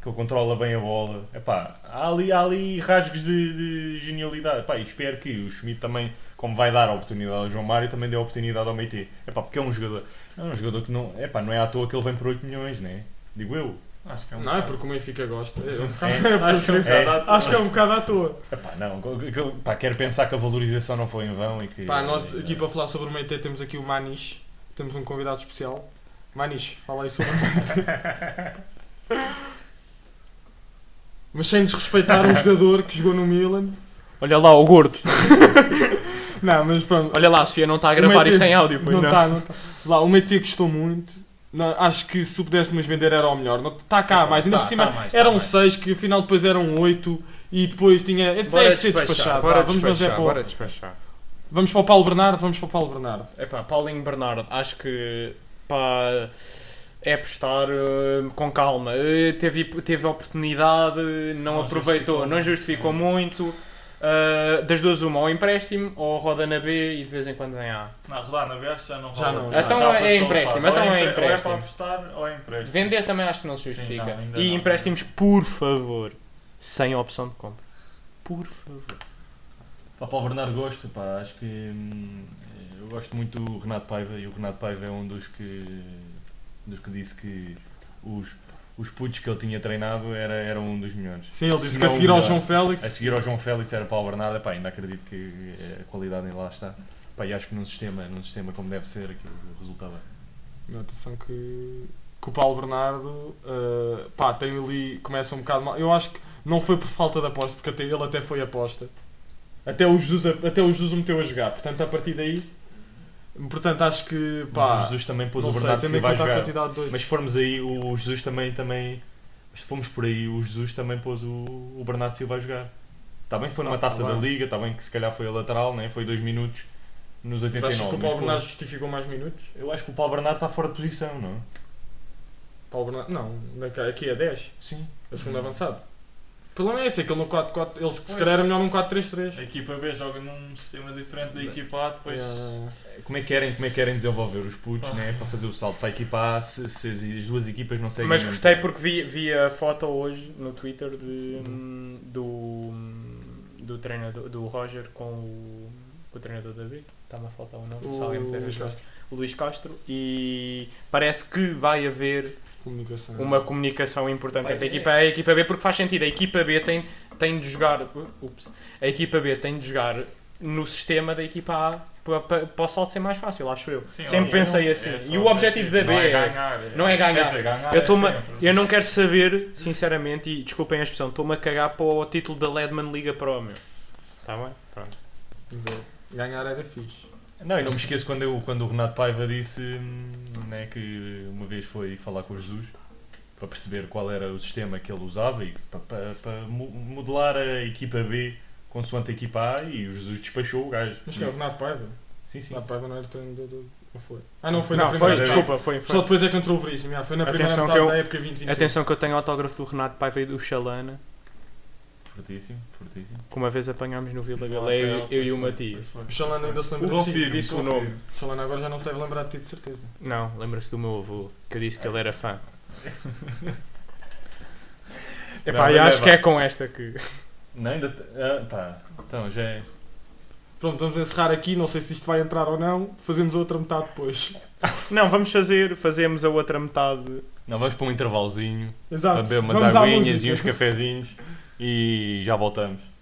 [SPEAKER 2] que ele controla bem a bola. Epá, há, ali, há ali rasgos de, de genialidade. Epá, e espero que o Schmidt também, como vai dar a oportunidade ao João Mário, também dê a oportunidade ao Meite. Epá, porque é um jogador, é um jogador que não, epá, não é à toa que ele vem por 8 milhões, né? Digo eu.
[SPEAKER 4] Acho que é um
[SPEAKER 1] Não, é
[SPEAKER 4] bocado.
[SPEAKER 1] porque o Benfica gosta.
[SPEAKER 2] É,
[SPEAKER 1] acho, que é um
[SPEAKER 2] é.
[SPEAKER 1] bocado à- acho que é um bocado à toa.
[SPEAKER 2] Epá, não, que- que- pá, quero pensar que a valorização não foi em vão e que. é,
[SPEAKER 1] Pá, nós tipo,
[SPEAKER 2] e-
[SPEAKER 1] aqui para falar sobre o Meite temos aqui o Maniche. Temos um convidado especial. Maniche, fala aí sobre o Meite. Mas sem desrespeitar um jogador que jogou no Milan.
[SPEAKER 3] Olha lá, o gordo.
[SPEAKER 1] Não, mas pronto.
[SPEAKER 3] Olha lá, a Sofia não está a
[SPEAKER 1] O
[SPEAKER 3] gravar
[SPEAKER 1] Meite-
[SPEAKER 3] isto em áudio, pois
[SPEAKER 1] Não
[SPEAKER 3] não.
[SPEAKER 1] está, não está. Lá, o Meite gostou muito. Não, acho que se o pudéssemos vender era o melhor. Está cá mais. Ainda
[SPEAKER 3] Tá,
[SPEAKER 1] por cima
[SPEAKER 3] tá mais, tá
[SPEAKER 1] eram
[SPEAKER 3] mais.
[SPEAKER 1] seis, que afinal depois eram oito. E depois tinha. Até é
[SPEAKER 3] Bora
[SPEAKER 1] que ser
[SPEAKER 3] despachar,
[SPEAKER 1] despachado.
[SPEAKER 3] bora
[SPEAKER 1] Vá, vamos, mas é
[SPEAKER 3] despachar,
[SPEAKER 1] para o-
[SPEAKER 3] bora despachar.
[SPEAKER 1] vamos para o Paulo Bernardo. Vamos para o Paulo Bernardo.
[SPEAKER 3] Epá, Paulinho Bernardo, acho que pá, é apostar eh, com calma. Eh, teve, teve oportunidade, não,
[SPEAKER 4] Não
[SPEAKER 3] aproveitou,
[SPEAKER 4] justificou.
[SPEAKER 3] não justificou muito. Eh, das duas, uma, ou empréstimo, ou roda na B e de vez em quando vem A.
[SPEAKER 4] Não, lá, na B acho que já não
[SPEAKER 1] Já
[SPEAKER 4] vale.
[SPEAKER 1] não,
[SPEAKER 4] Já-
[SPEAKER 3] então
[SPEAKER 4] já
[SPEAKER 3] é
[SPEAKER 4] passou a
[SPEAKER 3] empréstimo,
[SPEAKER 4] fase.
[SPEAKER 3] então
[SPEAKER 4] Ou
[SPEAKER 3] é
[SPEAKER 4] empre- Ou é
[SPEAKER 3] empréstimo.
[SPEAKER 4] para apostar ou é empréstimo.
[SPEAKER 3] Vender também acho que não se
[SPEAKER 4] Sim,
[SPEAKER 3] justifica.
[SPEAKER 4] não, ainda
[SPEAKER 3] e
[SPEAKER 4] não.
[SPEAKER 3] empréstimos, por favor, sem opção de compra. Por favor.
[SPEAKER 2] Pá, para o Bernardo gosto, pá, acho que hum, eu gosto muito do Renato Paiva e o Renato Paiva é um dos que dos que disse que os, os putos que ele tinha treinado era, era um dos melhores.
[SPEAKER 1] Sim, ele disse
[SPEAKER 2] Se
[SPEAKER 1] que a
[SPEAKER 2] não o
[SPEAKER 1] seguir ao
[SPEAKER 2] melhor.
[SPEAKER 1] João Félix.
[SPEAKER 2] A seguir ao João Félix era para o Bernardo, pá, ainda acredito que eh, a qualidade ainda lá está. Pá, e acho que num sistema, num sistema como deve ser, aquilo resultava.
[SPEAKER 1] Não, atenção que, que o Paulo Bernardo uh, pá, tem ali, começa um bocado mal. Eu acho que não foi por falta de aposta, porque até ele até foi aposta. Até o Jesus, a- até o, Jesus o meteu a jogar. Portanto, a partir daí. Portanto, acho que
[SPEAKER 2] Mas o
[SPEAKER 1] pá,
[SPEAKER 2] Jesus também pôs
[SPEAKER 1] não
[SPEAKER 2] o
[SPEAKER 1] sei,
[SPEAKER 2] Bernardo
[SPEAKER 1] tendo
[SPEAKER 2] se
[SPEAKER 1] em
[SPEAKER 2] vai
[SPEAKER 1] conta a
[SPEAKER 2] jogar.
[SPEAKER 1] quantidade de dois.
[SPEAKER 2] Mas se formos aí, o Jesus também, também se formos por aí, o Jesus também pôs o, o Bernardo Silva a jogar. Está bem que foi numa
[SPEAKER 1] Ah, tá
[SPEAKER 2] taça da
[SPEAKER 1] bem.
[SPEAKER 2] liga, está bem que se calhar foi a lateral, né? foi dois minutos nos
[SPEAKER 1] Mas
[SPEAKER 2] 89.
[SPEAKER 1] achas que o
[SPEAKER 2] mas
[SPEAKER 1] Paulo
[SPEAKER 2] pô,
[SPEAKER 1] Bernardo justificou mais minutos?
[SPEAKER 2] Eu acho que o Paulo Bernardo está fora de posição, não? é?
[SPEAKER 1] Paulo Bernardo, não, naquela- aqui é 10,
[SPEAKER 2] Sim.
[SPEAKER 1] é segundo
[SPEAKER 2] Hum.
[SPEAKER 1] avançado. O problema é esse, aquele no 4-4, ele se
[SPEAKER 4] Pois.
[SPEAKER 1] calhar era melhor um num 4-3-3.
[SPEAKER 4] A equipa B joga num sistema diferente da equipa A, depois.
[SPEAKER 1] Yeah.
[SPEAKER 2] Como é que querem, como é que querem desenvolver os putos
[SPEAKER 1] Ah.
[SPEAKER 2] né? para fazer o salto para a equipa A se, se as duas equipas não seguem.
[SPEAKER 3] Mas
[SPEAKER 2] mesmo?
[SPEAKER 3] gostei porque vi, vi a foto hoje no Twitter de, hum, do, do treinador do Roger com o, com o treinador da B. Está-me a faltar o nome, se alguém
[SPEAKER 1] O
[SPEAKER 3] me puder
[SPEAKER 1] Luís
[SPEAKER 3] ajudar.
[SPEAKER 1] Castro,
[SPEAKER 3] o Luís Castro e parece que vai haver
[SPEAKER 1] comunicação.
[SPEAKER 3] uma comunicação importante
[SPEAKER 2] Vai
[SPEAKER 3] entre a
[SPEAKER 2] haver.
[SPEAKER 3] equipa A e a equipa B porque faz sentido, a equipa B tem, tem de jogar ups, a equipa B tem de jogar no sistema da equipa A para, para, para o salto ser mais fácil, acho eu.
[SPEAKER 4] Sim,
[SPEAKER 3] Sempre
[SPEAKER 4] óbvio.
[SPEAKER 3] pensei
[SPEAKER 4] É
[SPEAKER 3] assim.
[SPEAKER 4] esse
[SPEAKER 3] e o objetivo da B
[SPEAKER 4] Não é
[SPEAKER 3] é.
[SPEAKER 4] ganhar.
[SPEAKER 3] não é ganhar.
[SPEAKER 4] Quer dizer, ganhar
[SPEAKER 3] Eu,
[SPEAKER 4] é
[SPEAKER 3] tô-me-
[SPEAKER 4] sempre.
[SPEAKER 3] eu não quero saber, sinceramente, e desculpem a expressão, estou-me a cagar para o título da Ledman Liga Pro, meu. Está Tá bem? Pronto.
[SPEAKER 1] Exato. Ganhar era fixe.
[SPEAKER 2] Não, e não me esqueço quando, eu, quando o Renato Paiva disse hum, né, que uma vez foi falar com o Jesus para perceber qual era o sistema que ele usava e para, para- para mo- modelar a equipa B consoante a equipa A e o Jesus despachou o gajo.
[SPEAKER 1] Mas que é o Renato Paiva.
[SPEAKER 2] Sim, sim.
[SPEAKER 1] Renato Paiva não era treinador do... Ou foi? Ah, não, foi na
[SPEAKER 3] não, foi,
[SPEAKER 1] primeira.
[SPEAKER 3] desculpa, foi. foi.
[SPEAKER 1] Só depois é que entrou o Veríssimo. já, foi na primeira
[SPEAKER 3] Atenção
[SPEAKER 1] metade
[SPEAKER 3] que eu-
[SPEAKER 1] da época 2021.
[SPEAKER 3] Atenção que eu tenho autógrafo do Renato Paiva e do Xalana,
[SPEAKER 2] Fortíssimo, fortíssimo.
[SPEAKER 3] que uma vez apanhámos no Vila
[SPEAKER 4] Ah,
[SPEAKER 3] Galé, eu,
[SPEAKER 4] ok,
[SPEAKER 3] eu e o
[SPEAKER 4] pois foi,
[SPEAKER 3] Matias.
[SPEAKER 4] pois
[SPEAKER 1] O
[SPEAKER 4] foi.
[SPEAKER 1] Xalana ainda se lembra de ti.
[SPEAKER 4] Confirmo,
[SPEAKER 3] disse o
[SPEAKER 4] confirmo.
[SPEAKER 3] nome.
[SPEAKER 1] O Xalana agora já não se deve lembrar de ti, de certeza.
[SPEAKER 3] Não, lembra-se do meu avô, que eu disse que ele era fã. Epá,
[SPEAKER 2] Não,
[SPEAKER 3] e
[SPEAKER 2] mas
[SPEAKER 3] acho
[SPEAKER 2] é,
[SPEAKER 3] que
[SPEAKER 2] vá.
[SPEAKER 3] é com esta que.
[SPEAKER 2] Não, ainda. te- Ah, pá, então já é.
[SPEAKER 1] Pronto, vamos encerrar aqui. Não sei se isto vai entrar ou não. Fazemos a outra metade depois.
[SPEAKER 3] Não, vamos fazer, fazemos a outra metade.
[SPEAKER 2] Não, vamos para um intervalozinho,
[SPEAKER 1] Exato.
[SPEAKER 2] beber umas
[SPEAKER 1] Tá. vamos à
[SPEAKER 2] aguinhas
[SPEAKER 1] música.
[SPEAKER 2] e uns cafezinhos e já voltamos.